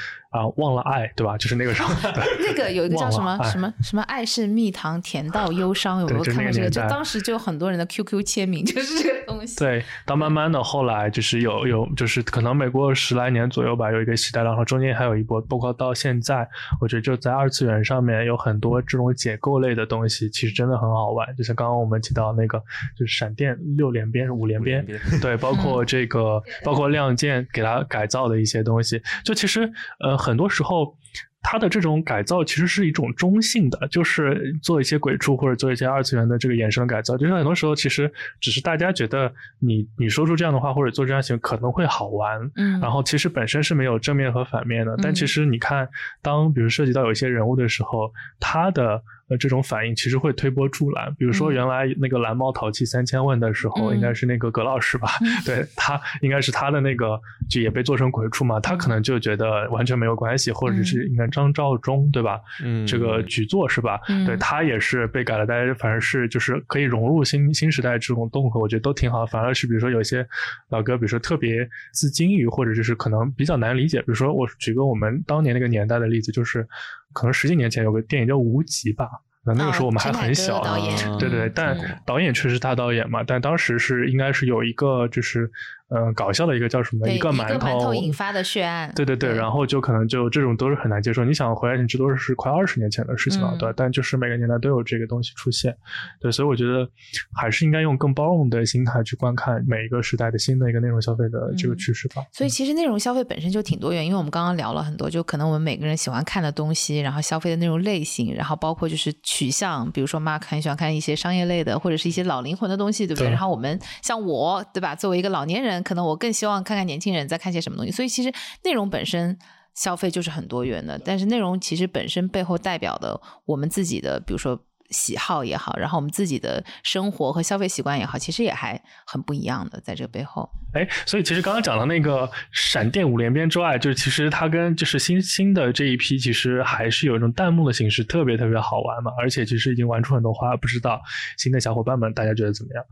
啊忘了爱，对吧？就是那个时候， 那个有一个叫什忘么了爱哎什么什么“爱是蜜糖，甜到忧伤”，有没有对就看那过这个个？年就代当时就有很多人的 QQ 签名就是这个东西。对，到慢慢的后来就是有有就是可能每过十来年左右吧，有一个时代，然后中间还有一波，包括到现在，我觉得就在二次元上面有很多这种解构类的东西，其实真的很好玩。就像刚刚我们提到那个，就是闪电六连鞭、五连鞭，对，包括这个，包括亮剑给它改造的一些东西，就其实呃，很多时候它的这种改造其实是一种中性的，就是做一些鬼畜或者做一些二次元的这个衍生改造。就是很多时候其实只是大家觉得你你说出这样的话或者做这样的行为可能会好玩，嗯，然后其实本身是没有正面和反面的，但嗯其实你看，当比如涉及到有一些人物的时候，他的呃这种反应其实会推波助澜。比如说嗯原来那个蓝猫淘气三千问的时候，嗯应该是那个葛老师吧？ 对他应该是他的那个就也被做成鬼畜嘛，嗯他可能就觉得完全没有关系，或者是应该张召忠对吧？嗯这个举座是吧？嗯对他也是被改了，但是反而是就是可以融入新新时代这种动和，我觉得都挺好。反而是比如说有些老哥，比如说特别自金于，或者就是可能比较难理解。比如说我举个我们当年那个年代的例子，就是可能十几年前有个电影叫《无极》吧，那那个时候我们还很小啊陈凯歌的导演啊对对对，但导演确实大导演嘛，但当时是应该是有一个就是呃搞笑的一个叫什么对个一个馒馒头引发的血案对对对，对然后就可能就这种都是很难接受。你想回来，你这都是快二十年前的事情了，嗯对吧，但就是每个年代都有这个东西出现，对，所以我觉得还是应该用更包容的心态去观看每一个时代的新的一个内容消费的这个嗯趋势吧。所以其实内容消费本身就挺多元，因为我们刚刚聊了很多，就可能我们每个人喜欢看的东西，然后消费的内容类型，然后包括就是取向，比如说 Mark 很喜欢看一些商业类的，或者是一些老灵魂的东西，对不对？对然后我们像我，对吧？作为一个老年人，可能我更希望看看年轻人在看些什么东西。所以其实内容本身。消费就是很多元的，但是内容其实本身背后代表的我们自己的，比如说喜好也好，然后我们自己的生活和消费习惯也好，其实也还很不一样的，在这个背后。哎，所以其实刚刚讲到那个闪电五连鞭之外，就是其实它跟就是新新的这一批，其实还是有一种弹幕的形式，特别特别好玩嘛。而且其实已经玩出很多花，不知道新的小伙伴们大家觉得怎么样？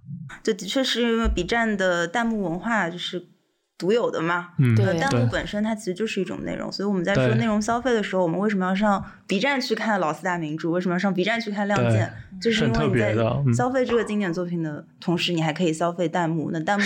这的确是因为 B 站的弹幕文化就是独有的嘛。嗯，对呃，弹幕对本身它其实就是一种内容，所以我们在对说内容消费的时候，我们为什么要上 B 站去看《老四大名著》？为什么要上 B 站去看《亮剑》？就是因很特为你别在的嗯消费这个经典作品的同时，你还可以消费弹幕。那弹幕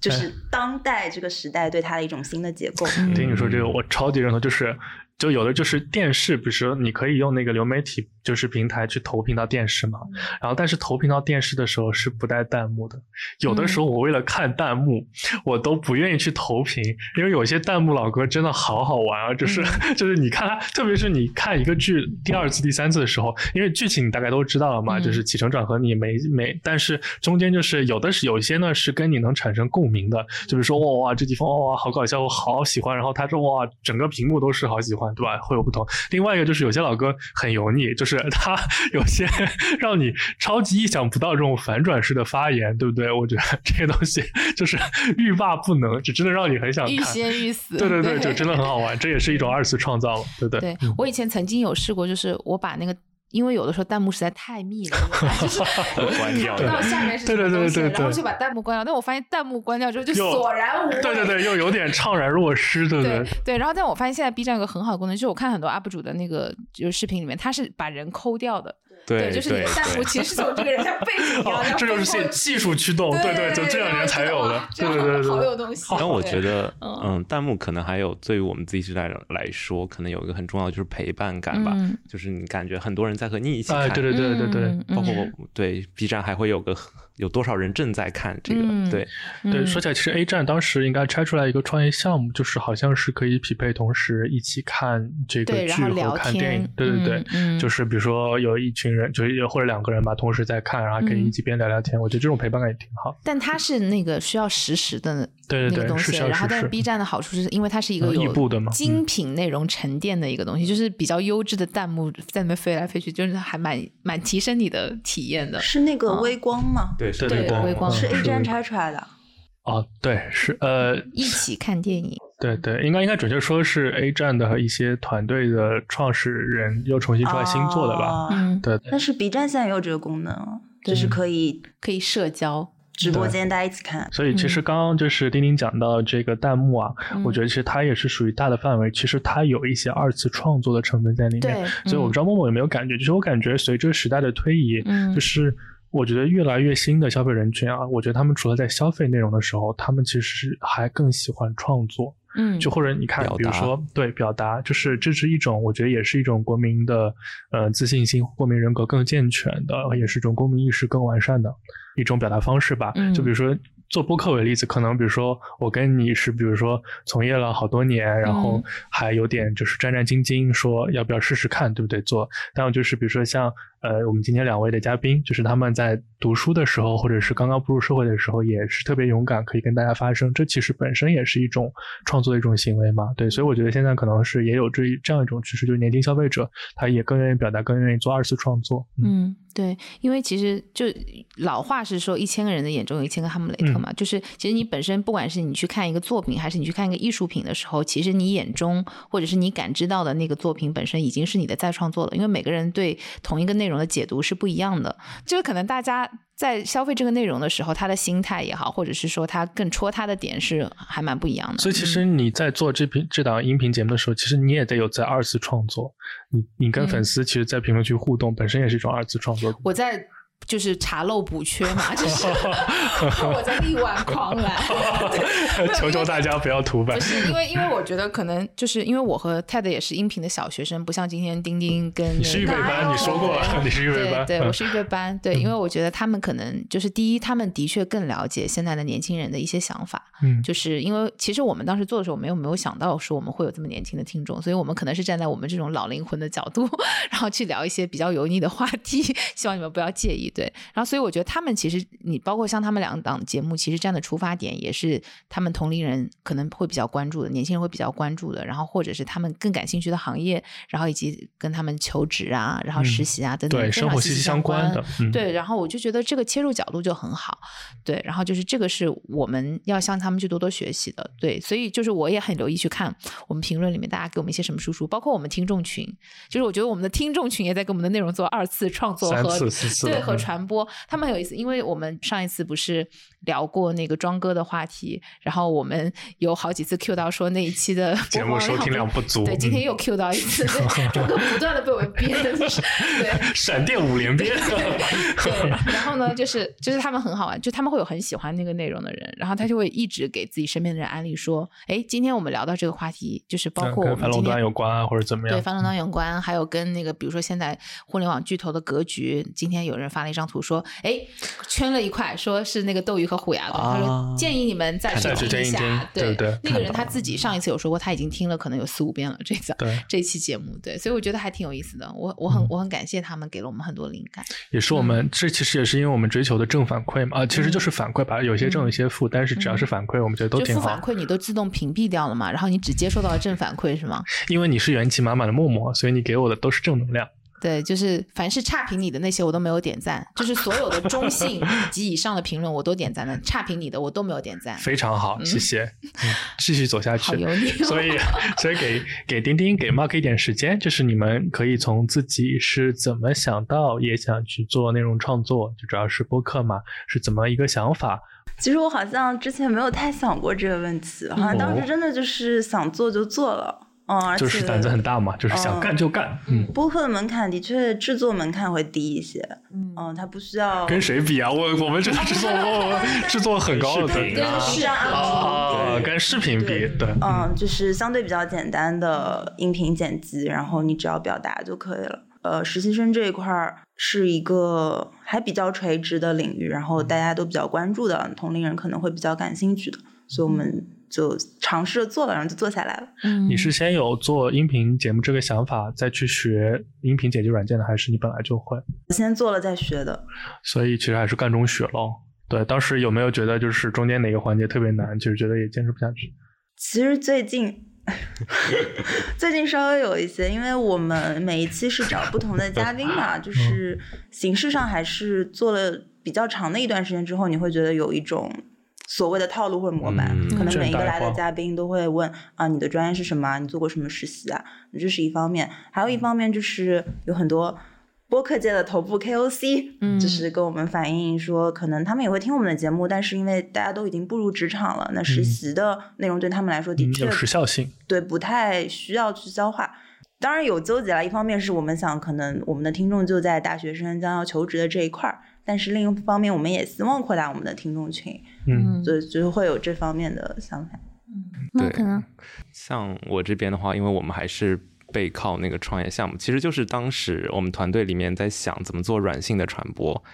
就是当代这个时代对它的一种新的解构。 嗯嗯听你说这个，我超级认同，就是就有的就是电视，比如说你可以用那个流媒体就是平台去投屏到电视嘛，然后但是投屏到电视的时候是不带弹幕的。有的时候我为了看弹幕，我都不愿意去投屏，因为有些弹幕老哥真的好好玩啊，就是、 就是你看他，特别是你看一个剧第二次、第三次的时候，因为剧情你大概都知道了嘛，嗯就是起承转合你没没，但是中间就是有的是有些呢是跟你能产生共鸣的，就比如说哇哇这地方哇哇好搞笑，我好喜欢，然后他说哇整个屏幕都是好喜欢，对吧？会有不同。另外一个就是有些老哥很油腻，就是他 有些让你超级意想不到这种反转式的发言，对不对？我觉得这些东西就是欲罢不能，就真的让你很想欲看。仙欲死。 对对对，就真的很好玩，这也是一种二次创造嘛，对不对？嗯对我以前曾经有试过，就是我把那个。因为有的时候弹幕实在太密了，我 就是我关看掉不到下面是什么对对对东西，对对然后就把弹幕关掉。但我发现弹幕关掉之后就又索然无味。对对对，又有点怅然若失，对不对对？对，然后但我发现现在 B 站有个很好的功能，就是我看很多 UP 主的那个就是视频里面，他是把人抠掉的，对就是你的弹幕对其实是从这个人像背景一样，哦然后，这就是背技后技术驱动，对对对，就这两年才有的，对然后觉得哇对对这样好对有对。东 西。但我觉得，得，嗯嗯，弹幕可能还有对于我们自己时代人来说，可能有一个很重要的就是陪伴感吧，嗯就是你感觉很多人在和你一起看，哎，对对对对对。嗯包括我对 B 站还会有个有多少人正在看这个，嗯对，对，嗯说起来，其实 A 站当时应该拆出来一个创业项目，就是好像是可以匹配同时一起看这个对，然剧后和聊看天，电影，对对对，嗯，就是是比如说有一群人，就是有或者两个人吧，同时在看，然后可嗯以一起边聊聊天，我觉得这种陪伴感也挺好。但它是那个需要实时的对那对个对，东是西，消然后失但是是。 B 站的好处是因为它是一个嗯有一部的嘛嗯精品内容沉淀的一个东西，就是比较优质的弹幕在那边飞来飞去，就是还蛮蛮提升你的体验的。是那个嗯微光吗？对对对微光光是嗯 A 站拆出来的。哦，对，是呃，一起看电影，对对，应该应该准确说是 A 站的一些团队的创始人又重新出来新做的吧？哦嗯，对，但是 B 站现在也有这个功能了，就是嗯可以可以社交，直播间大家一起看。所以其实刚刚就是丁丁讲到这个弹幕啊，嗯我觉得其实它也是属于大的范围，其实它有一些二次创作的成分在里面对。所以我不知道默默有没有感觉，就是我感觉随着时代的推移，嗯就是。我觉得越来越新的消费人群啊，我觉得他们除了在消费内容的时候，他们其实还更喜欢创作，嗯，就或者你看表，比如达说对表达，就是这是一种，我觉得也是一种国民的呃自信心、国民人格更健全的，也是一种公民意识更完善的一种表达方式吧。嗯就比如说做播客为例子，可能比如说我跟你是比如说从业了好多年，然后嗯还有点就是战战兢兢，说要不要试试看，对不对？做，但我就是比如说像呃我们今天两位的嘉宾，就是他们在读书的时候，或者是刚刚步入社会的时候，也是特别勇敢，可以跟大家发声，这其实本身也是一种创作的一种行为嘛。对，所以我觉得现在可能是也有这这样一种趋势，就是年轻消费者他也更愿意表达，更愿意做二次创作。嗯，对，因为其实就老话是说，一千个人的眼中有一千个哈姆雷嗯特嘛，就是其实你本身不管是你去看一个作品，还是你去看一个艺术品的时候，其实你眼中或者是你感知到的那个作品本身已经是你的再创作了，因为每个人对同一个内容的解读是不一样的，就是可能大家。在消费这个内容的时候，他的心态也好，或者是说他更戳他的点是还蛮不一样的。所以其实你在做这频这档音频节目的时候，其实你也得有在二次创作。你你跟粉丝其实，在评论区互动，本身也是一种二次创作。嗯我在就是查漏补缺嘛，就是 我在力挽狂澜。求求大家不要图版不。是因为，因为我觉得可能就是因为我和 Ted 也是音频的小学生，不像今天丁丁跟你是预备那班，个你说过对你是预备班。对嗯对， 我是预备班。对，因为我觉得他们可能就是第一，他们的确更了解现在的年轻人的一些想法。嗯就是因为其实我们当时做的时候，没有没有想到说我们会有这么年轻的听众，所以我们可能是站在我们这种老灵魂的角度， 然后去聊一些比较油腻的话题， 希望你们不要介意。对，然后所以我觉得他们其实你包括像他们两档节目，其实站的出发点也是他们同龄人可能会比较关注的，年轻人会比较关注的，然后或者是他们更感兴趣的行业，然后以及跟他们求职啊，然后嗯实习啊、等等，对非生常活息息息息相关关的。嗯，对，然后我就觉得这个切入角度就很好，对，然后就是这个是我们要向他们去多多学习的，对，所以就是我也很留意去看我们评论里面大家给我们一些什么输出，包括我们听众群，就是我觉得我们的听众群也在给我们的内容做二次创作三和次四次对了和嗯传播，他们很有意思，因为我们上一次不是聊过那个庄哥的话题，然然后我们有好几次 Q 到说那一期的节目播放收听量不足嗯对，今天 又 Q 到一次， 对周哥不断的被我们编，对，闪电五连鞭，对，然后呢，就是就是他们很好玩，就他们会有很喜欢那个内容的人，然后他就会一直给自己身边的人安利说，哎，今天我们聊到这个话题，就是包括我跟们反今垄断天有关啊，或者怎么样？对，反垄断有关，还有跟那个，比如说现在互联网巨头的格局，今天有人发了一张图说，哎，圈了一块，说是那个斗鱼和虎牙的，他说啊建议你们再再去去一听一听下，对对那个人看到他了自己上一次有说过，他已经听了可能有四五遍了，这次对这期节目，对，所以我觉得还挺有意思的，我我很、嗯我很感谢他们给了我们很多灵感，也是我们、嗯这其实也是因为我们追求的正反馈嘛，啊、其实就是反馈吧，有些正有些负，但是只要是反馈，我们觉得都嗯就挺负反好。馈你都自动屏蔽掉了嘛，然后你只接收到了正反馈是吗？因为你是元气满满的默默，所以你给我的都是正能量。对，就是凡是差评你的那些我都没有点赞，就是所有的中性及以上的评论我都点赞了，差评你的我都没有点赞，非常好，谢谢， 嗯继续走下去好。油腻、哦。所以，所以给给丁丁给 Mark 一点时间，就是你们可以从自己是怎么想到也想去做内容创作，就主要是播客嘛，是怎么一个想法？其实我好像之前没有太想过这个问题，好像当时真的就是想做就做了，嗯，而且哦就是胆子很大嘛，就是想嗯干就干，嗯。播客的门槛的确制作门槛会低一些，嗯嗯，它不需要跟谁比啊？我我们这个制作，我 我制作很高的视频跟啊 B 站 UP 啊，跟视频比，对对，哦主，嗯，就是相对比较简单的音频剪辑，然后你只要表达就可以了。呃，实习生这一块儿是一个还比较垂直的领域，然后大家都比较关注的，同龄人可能会比较感兴趣的，所以我们就尝试着做了，然后就做下来了。嗯你是先有做音频节目这个想法，再去学音频剪辑软件的，还是你本来就会？先做了再学的，所以其实还是干中学咯。对，当时有没有觉得就是中间哪个环节特别难，就是觉得也坚持不下去？其实最近 最近稍微有一些，因为我们每一期是找不同的嘉宾嘛，就是形式上还是做了比较长的一段时间之后，你会觉得有一种。所谓的套路或者模板，嗯可能每一个倦怠来的化嘉宾都会问啊，你的专业是什么啊？你做过什么实习啊？这是一方面，还有一方面就是有很多播客界的头部 KOC，嗯就是跟我们反映说，可能他们也会听我们的节目，但是因为大家都已经步入职场了，那实嗯习的内容对他们来说的嗯确有时效性，对，不太需要去消化。当然有纠结了，一方面是我们想，可能我们的听众就在大学生将要求职的这一块儿，但是另一方面，我们也希望扩大我们的听众群，嗯，所以就会有这方面的想法。对那可能像我这边的话，因为我们还是背靠那个创业项目，其实就是当时我们团队里面在想怎么做软性的传播，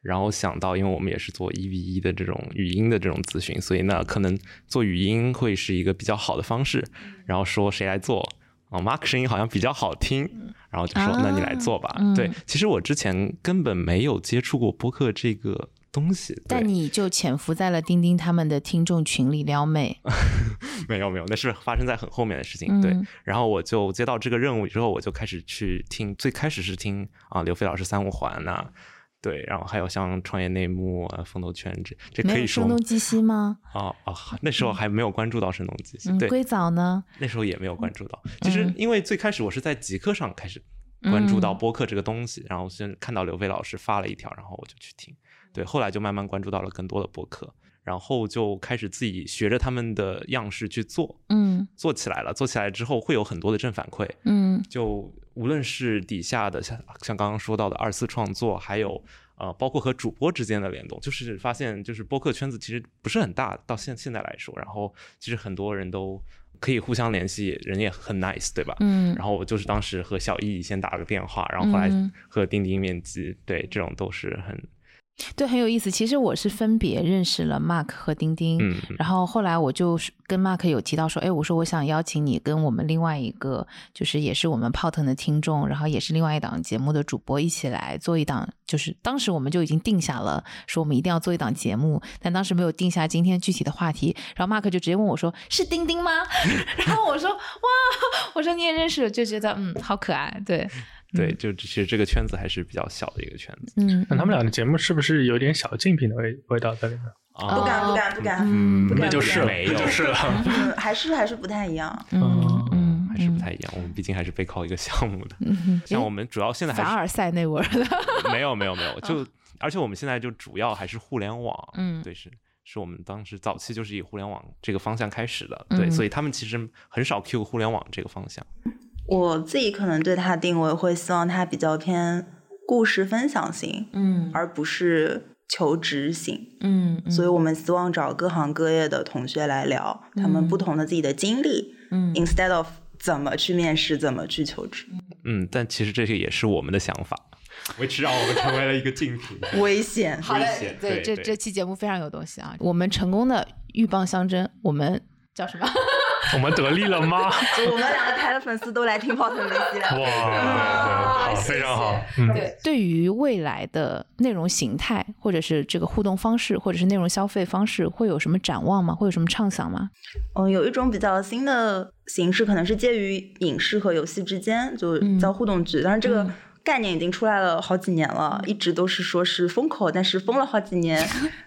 然后想到，因为我们也是做一 v 一的这种语音的这种咨询，所以那可能做语音会是一个比较好的方式。嗯然后说谁来做？啊、m a r k 声音好像比较好听，然后就说、啊那你来做吧。嗯对，其实我之前根本没有接触过播客这个东西，对但你就潜伏在了钉钉他们的听众群里撩妹，没有没有，那是发生在很后面的事情。嗯哎对，然后我就接到这个任务之后，我就开始去听，最开始是听啊刘飞老师三五环呐、对，然后还有像创业内幕啊、风投圈这这可没有以说声东击西吗？啊啊，那时候还没有关注到声东击西，嗯，对，硅藻呢？那时候也没有关注到。其实嗯因为最开始我是在极客上开始关注到播客这个东西，然后先看到刘飞老师发了一条，然后我就去听。对，后来就慢慢关注到了更多的播客，然后就开始自己学着他们的样式去做，嗯做起来了。做起来之后会有很多的正反馈，嗯就无论是底下的像像刚刚说到的二次创作，还有呃，包括和主播之间的联动，就是发现就是播客圈子其实不是很大，到现现在来说，然后其实很多人都可以互相联系，人也很 nice，对吧？嗯然后我就是当时和小易先打了个电话，然后后来嗯和钉钉面基，对，这种都是很对，很有意思。其实我是分别认识了 Mark 和钉钉，嗯嗯然后后来我就是跟 Mark 有提到说，哎，我说我想邀请你跟我们另外一个，就是也是我们 Pot 的听众，然后也是另外一档节目的主播一起来做一档，就是当时我们就已经定下了，说我们一定要做一档节目，但当时没有定下今天具体的话题。然后 Mark 就直接问我说：“是钉钉吗？” 然后我说：“哇，我说你也认识，就觉得嗯，好可爱。”对，对，就其实这个圈子还是比较小的一个圈子嗯，那他们俩的节目是不是有点小竞品的味味道在里面？啊不敢，哦不敢，不敢，嗯不敢那就是了没有那就是了。嗯，还是还是不太一样。嗯嗯，哦还是不嗯太一样，我们毕竟还是背靠一个项目的。嗯像我们主要现在还凡是尔赛那味儿的。嗯没有没有没有，就而且我们现在就主要还是互联网，嗯对，是是我们当时早期就是以互联网这个方向开始的，嗯对，所以他们其实很少 Q 互联网这个方向。我自己可能对它的定位会希望它比较偏故事分享型，嗯而不是求职型。嗯，嗯所以我们希望找各行各业的同学来聊他们不同的自己的经历、嗯 i n s t e a d of 怎么去面试，怎么去求职，嗯，但其实这个也是我们的想法，维持让我们成为了一个竞品。嗯危险。好的危险，对这对这期节目非常有东西啊！我们成功的鹬蚌相争，我们叫什么？ 我们得力了吗？就我们两个台的粉丝都来听泡腾分析了。哇，好，非常好，嗯，对， 对于未来的内容形态，或者是这个互动方式，或者是内容消费方式，会有什么展望吗？会有什么畅想吗？嗯，有一种比较新的形式，可能是介于影视和游戏之间，就嗯叫互动剧。但是这个概念已经出来了好几年了，一直都是说是风口，但是封了好几 年，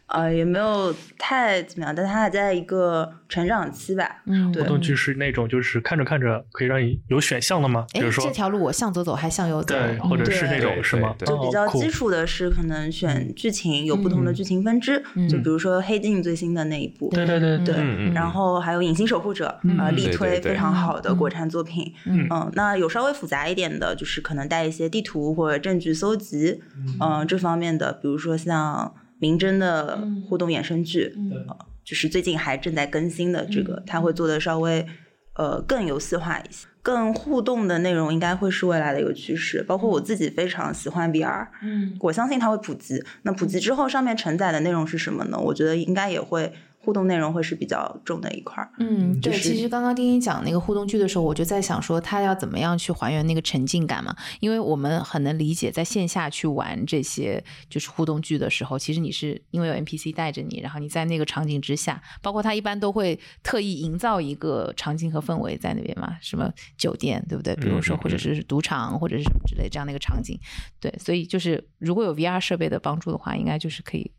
呃，也没有太怎么样，但它还在一个成长期吧。嗯，对互动剧是那种就是看着看着可以让你有选项的吗？比哎，如说这条路我向左走还向右走？对，嗯或者是那对种是吗？对就比较哦酷基础的是，可能选剧情有不同的嗯剧情分支，嗯就比如说《黑镜》最新的那一部，对对对对嗯嗯然后还有《隐形守护者》嗯呃，力对对推对非常好的嗯国产作品，嗯嗯，那有稍微复杂一点的，就是可能带一些地图或者证据搜集，嗯、这方面的，比如说像明侦的嗯互动衍生剧，嗯就是最近还正在更新的这嗯个，它会做的稍微呃更游戏化一些，更互动的内容应该会是未来的一个趋势。包括我嗯自己非常喜欢 VR，嗯我相信它会普及。那普及之后，上面承载的内容是什么呢？我觉得应该也会互动内容会是比较重的一块儿。嗯，对，就是其实刚刚丁丁讲那个互动剧的时候，我就在想说，他要怎么样去还原那个沉浸感嘛？因为我们很能理解，在线下去玩这些就是互动剧的时候，其实你是因为有 NPC 带着你，然后你在那个场景之下，包括他一般都会特意营造一个场景和氛围在那边嘛，什么酒店，对不对？比如说，嗯嗯或者是赌场，或者是什么之类这样的一个场景，对，所以就是如果有 VR 设备的帮助的话，应该就是可以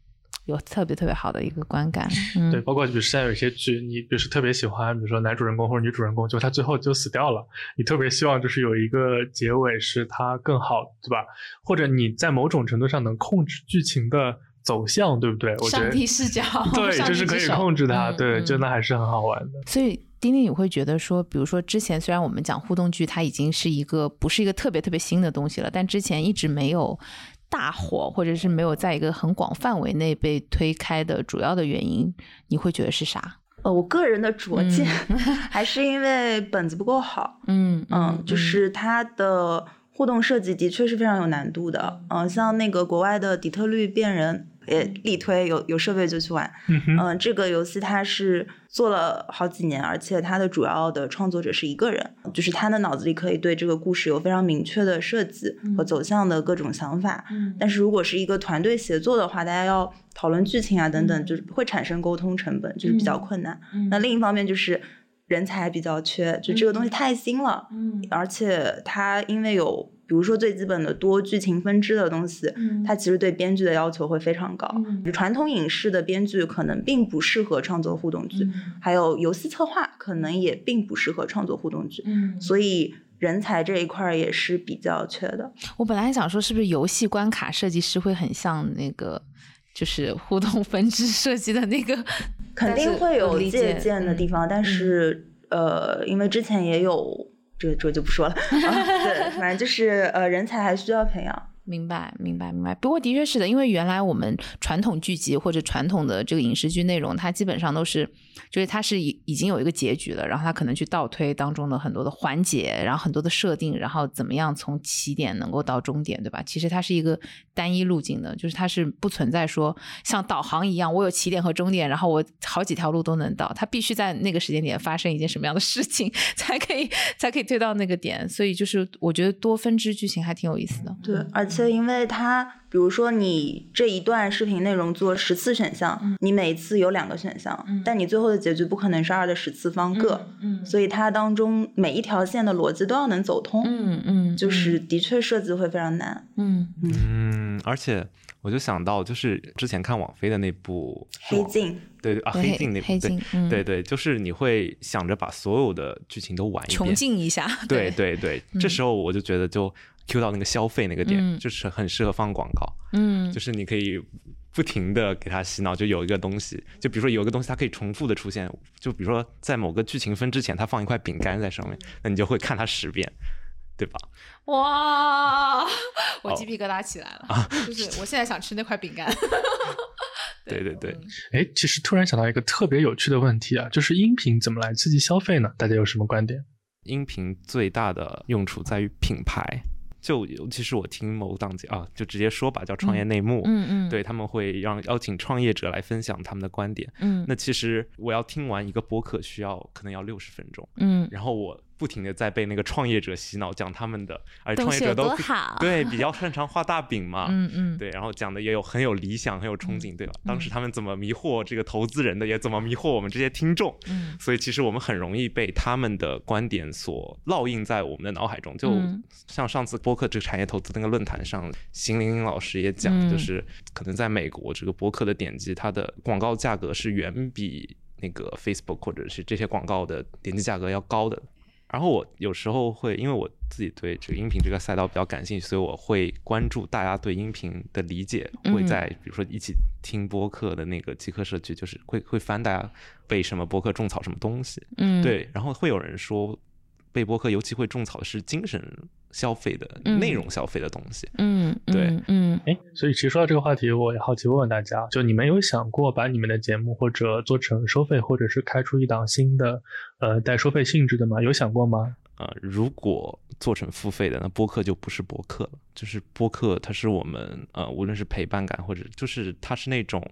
有特别特别好的一个观感。嗯，对，包括比如现在有一些剧，你比如说特别喜欢，比如说男主人公或者女主人公，就他最后就死掉了，你特别希望就是有一个结尾是他更好，对吧？或者你在某种程度上能控制剧情的走向，对不对？我觉上得帝视角， 对，上就帝是可之以手控制它，嗯对，嗯就那还是很好玩的。所以，丁丁，你会觉得说，比如说之前虽然我们讲互动剧，它已经是一个不是一个特别特别新的东西了，但之前一直没有大火，或者是没有在一个很广范围内被推开的主要的原因，你会觉得是啥？呃，我个人的拙见、 还是因为本子不够好，嗯嗯，就是它的互动设计的确是非常有难度的，嗯、像那个国外的底特律变人也力推有有设备就去玩，嗯嗯、哼，这个游戏它是做了好几年，而且它的主要的创作者是一个人，就是他的脑子里可以对这个故事有非常明确的设计和走向的各种想法，嗯但是如果是一个团队协作的话，大家要讨论剧情啊等等，嗯就是会产生沟通成本，就是比较嗯困难。嗯那另一方面就是人才比较缺，就这个东西太新了，嗯而且它因为有比如说最基本的多剧情分支的东西，嗯它其实对编剧的要求会非常高。嗯传统影视的编剧可能并不适合创作互动剧，嗯还有游戏策划可能也并不适合创作互动剧，嗯所以人才这一块儿也是比较缺的。我本来想说，是不是游戏关卡设计师会很像那个，就是互动分支设计的那个？肯定会有借鉴的地方，但嗯是呃，因为之前也有这这就不说了，啊、对，反正就是呃，人才还需要培养。明白，明白，明白。不过的确是的，因为原来我们传统剧集或者传统的这个影视剧内容，它基本上都是，就是它是已已经有一个结局了，然后它可能去倒推当中的很多的环节，然后很多的设定，然后怎么样从起点能够到终点，对吧？其实它是一个单一路径的，就是它是不存在说像导航一样，我有起点和终点，然后我好几条路都能到，它必须在那个时间点发生一件什么样的事情， 才可以才可以推到那个点。所以就是我觉得多分支剧情还挺有意思的。对，而且因为它，比如说你这一段视频内容做十次选项，你每一次有两个选项，嗯但你最后的结局不可能是二的十次方个，嗯所以它当中每一条线的逻辑都要能走通，嗯嗯，就是的确设计会非常难。嗯 嗯，而且我就想到，就是之前看网飞的那部是黑网，镜，对对啊，对黑镜那部，黑对镜，嗯对对，就是你会想着把所有的剧情都玩一穷遍，尽一下， 对对对，这时候我就觉得就 Q 到那个消费那嗯个点，就是很适合放广告，嗯就是你可以不停的给他洗脑，就有一个东西，就比如说有一个东西它可以重复的出现，就比如说在某个剧情分之前，他放一块饼干在上面，那你就会看它十遍，对吧？哇，我哦啊鸡皮疙瘩起来了，就是我现在想吃那块饼干。对对对，哎，其实突然想到一个特别有趣的问题啊，就是音频怎么来刺激消费呢？大家有什么观点？音频最大的用处在于品牌，就尤其是我听某档节啊，就直接说吧，叫创业内幕，嗯嗯，对他们会让邀请创业者来分享他们的观点。嗯那其实我要听完一个播客需要可能要六十分钟，嗯，然后我不停的在被那个创业者洗脑，讲他们的，而东创业西者有都多好，对比较擅长画大饼嘛，嗯嗯，对，然后讲的也有很有理想，很有憧憬，对吧？当时嗯他们怎么迷惑这个投资人的，也怎么迷惑我们这些听众，嗯所以其实我们很容易被他们的观点所烙印在我们的脑海中。就嗯像上次播客这个产业投资那个论坛上，邢玲玲老师也讲，嗯就是可能在美国这个播客的点击，它的广告价格是远比那个 Facebook 或者是这些广告的点击价格要高的。然后我有时候会，因为我自己对这个音频这个赛道比较感兴趣，所以我会关注大家对音频的理解，嗯会在比如说一起听播客的那个极客社区，就是会会翻大家被什么播客种草什么东西，嗯，对，然后会有人说被播客尤其会种草的是精神消费的嗯内容消费的东西，嗯，嗯对嗯哎，所以其实说到这个话题，我也好奇问问大家，就你们有想过把你们的节目或者做成收费，或者是开出一档新的呃带收费性质的吗？有想过吗？呃，如果做成付费的，那播客就不是播客了，就是播客，它是我们呃，无论是陪伴感，或者就是它是那种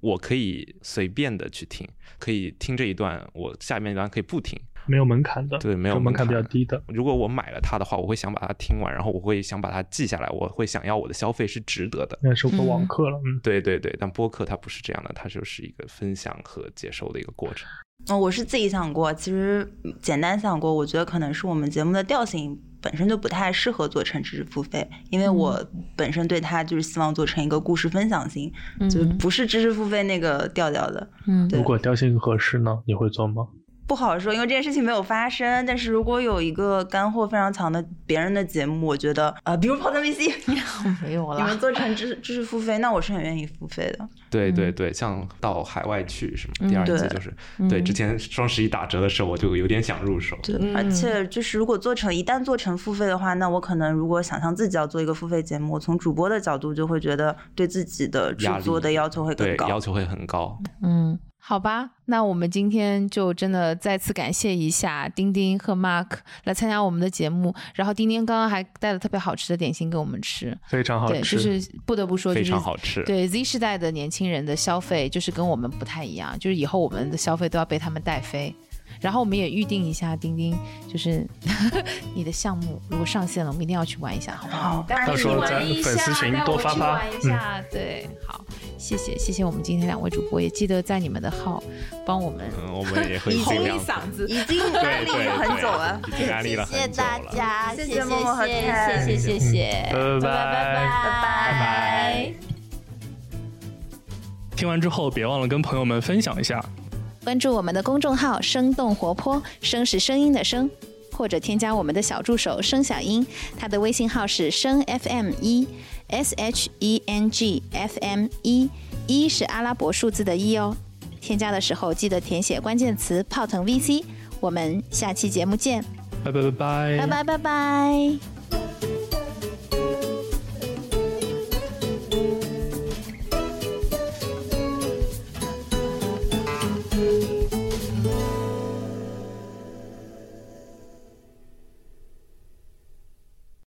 我可以随便的去听，可以听这一段，我下面一段可以不听。没有门槛的，对没有就门槛比门较槛低的。如果我买了它的话，我会想把它听完，然后我会想把它记下来，我会想要我的消费是值得的。那是个网嗯课了，嗯，对对对，但播客它不是这样的，它就是一个分享和接收的一个过程。嗯，我是自己想过，其实嗯简单想过，我觉得可能是我们节目的调性本身就不太适合做成知识付费，因为我本身对它就是希望做成一个故事分享型，嗯，就是不是知识付费那个调调的。嗯对如果调性合适呢，你会做吗？不好说，因为这件事情没有发生。但是如果有一个干货非常强的别人的节目，我觉得呃，比如跑三 VC，没有你们了，做成知识知识付费，那我是很愿意付费的。对对嗯对，像到海外去什么，嗯第二季对就是、对之前双十一打折的时候，我就有点想入手。对，嗯而且就是如果做成一旦做成付费的话，那我可能如果想象自己要做一个付费节目，从主播的角度就会觉得对自己的制压力作的要求会更对，高要。求会很高。嗯好吧，那我们今天就真的再次感谢一下丁丁和 Mark 来参加我们的节目。然后丁丁刚刚还带了特别好吃的点心给我们吃，非常好对，吃，就是不得不说，非就是常好吃。对 Z 世代的年轻人的消费，就是跟我们不太一样，就是以后我们的消费都要被他们带飞。然后我们也预定一下钉钉，就是 你的项目如果上线了，我们一定要去玩一下，好不好？好，到时候咱粉丝群多发发嗯带我去玩一下， 对，好，谢谢谢谢我们今天两位主播，也记得在你们的号帮我们嗯，我们也会吼尽一量。嗓子。已 经安对利对了很久了。对已经安利了谢谢很久大了。家，谢谢谢谢默默和谢菜谢谢谢谢，嗯拜拜拜拜拜。听完之后别忘了跟朋友们分享一下。关注我们的公众号“生动活泼”，声是声音的声，或者添加我们的小助手“声小英”，他的微信号是声 FM 一 S H E N G F M 一，一是阿拉伯数字的一哦。添加的时候记得填写关键词“泡腾 VC”。我们下期节目见，拜拜拜拜，拜拜拜拜。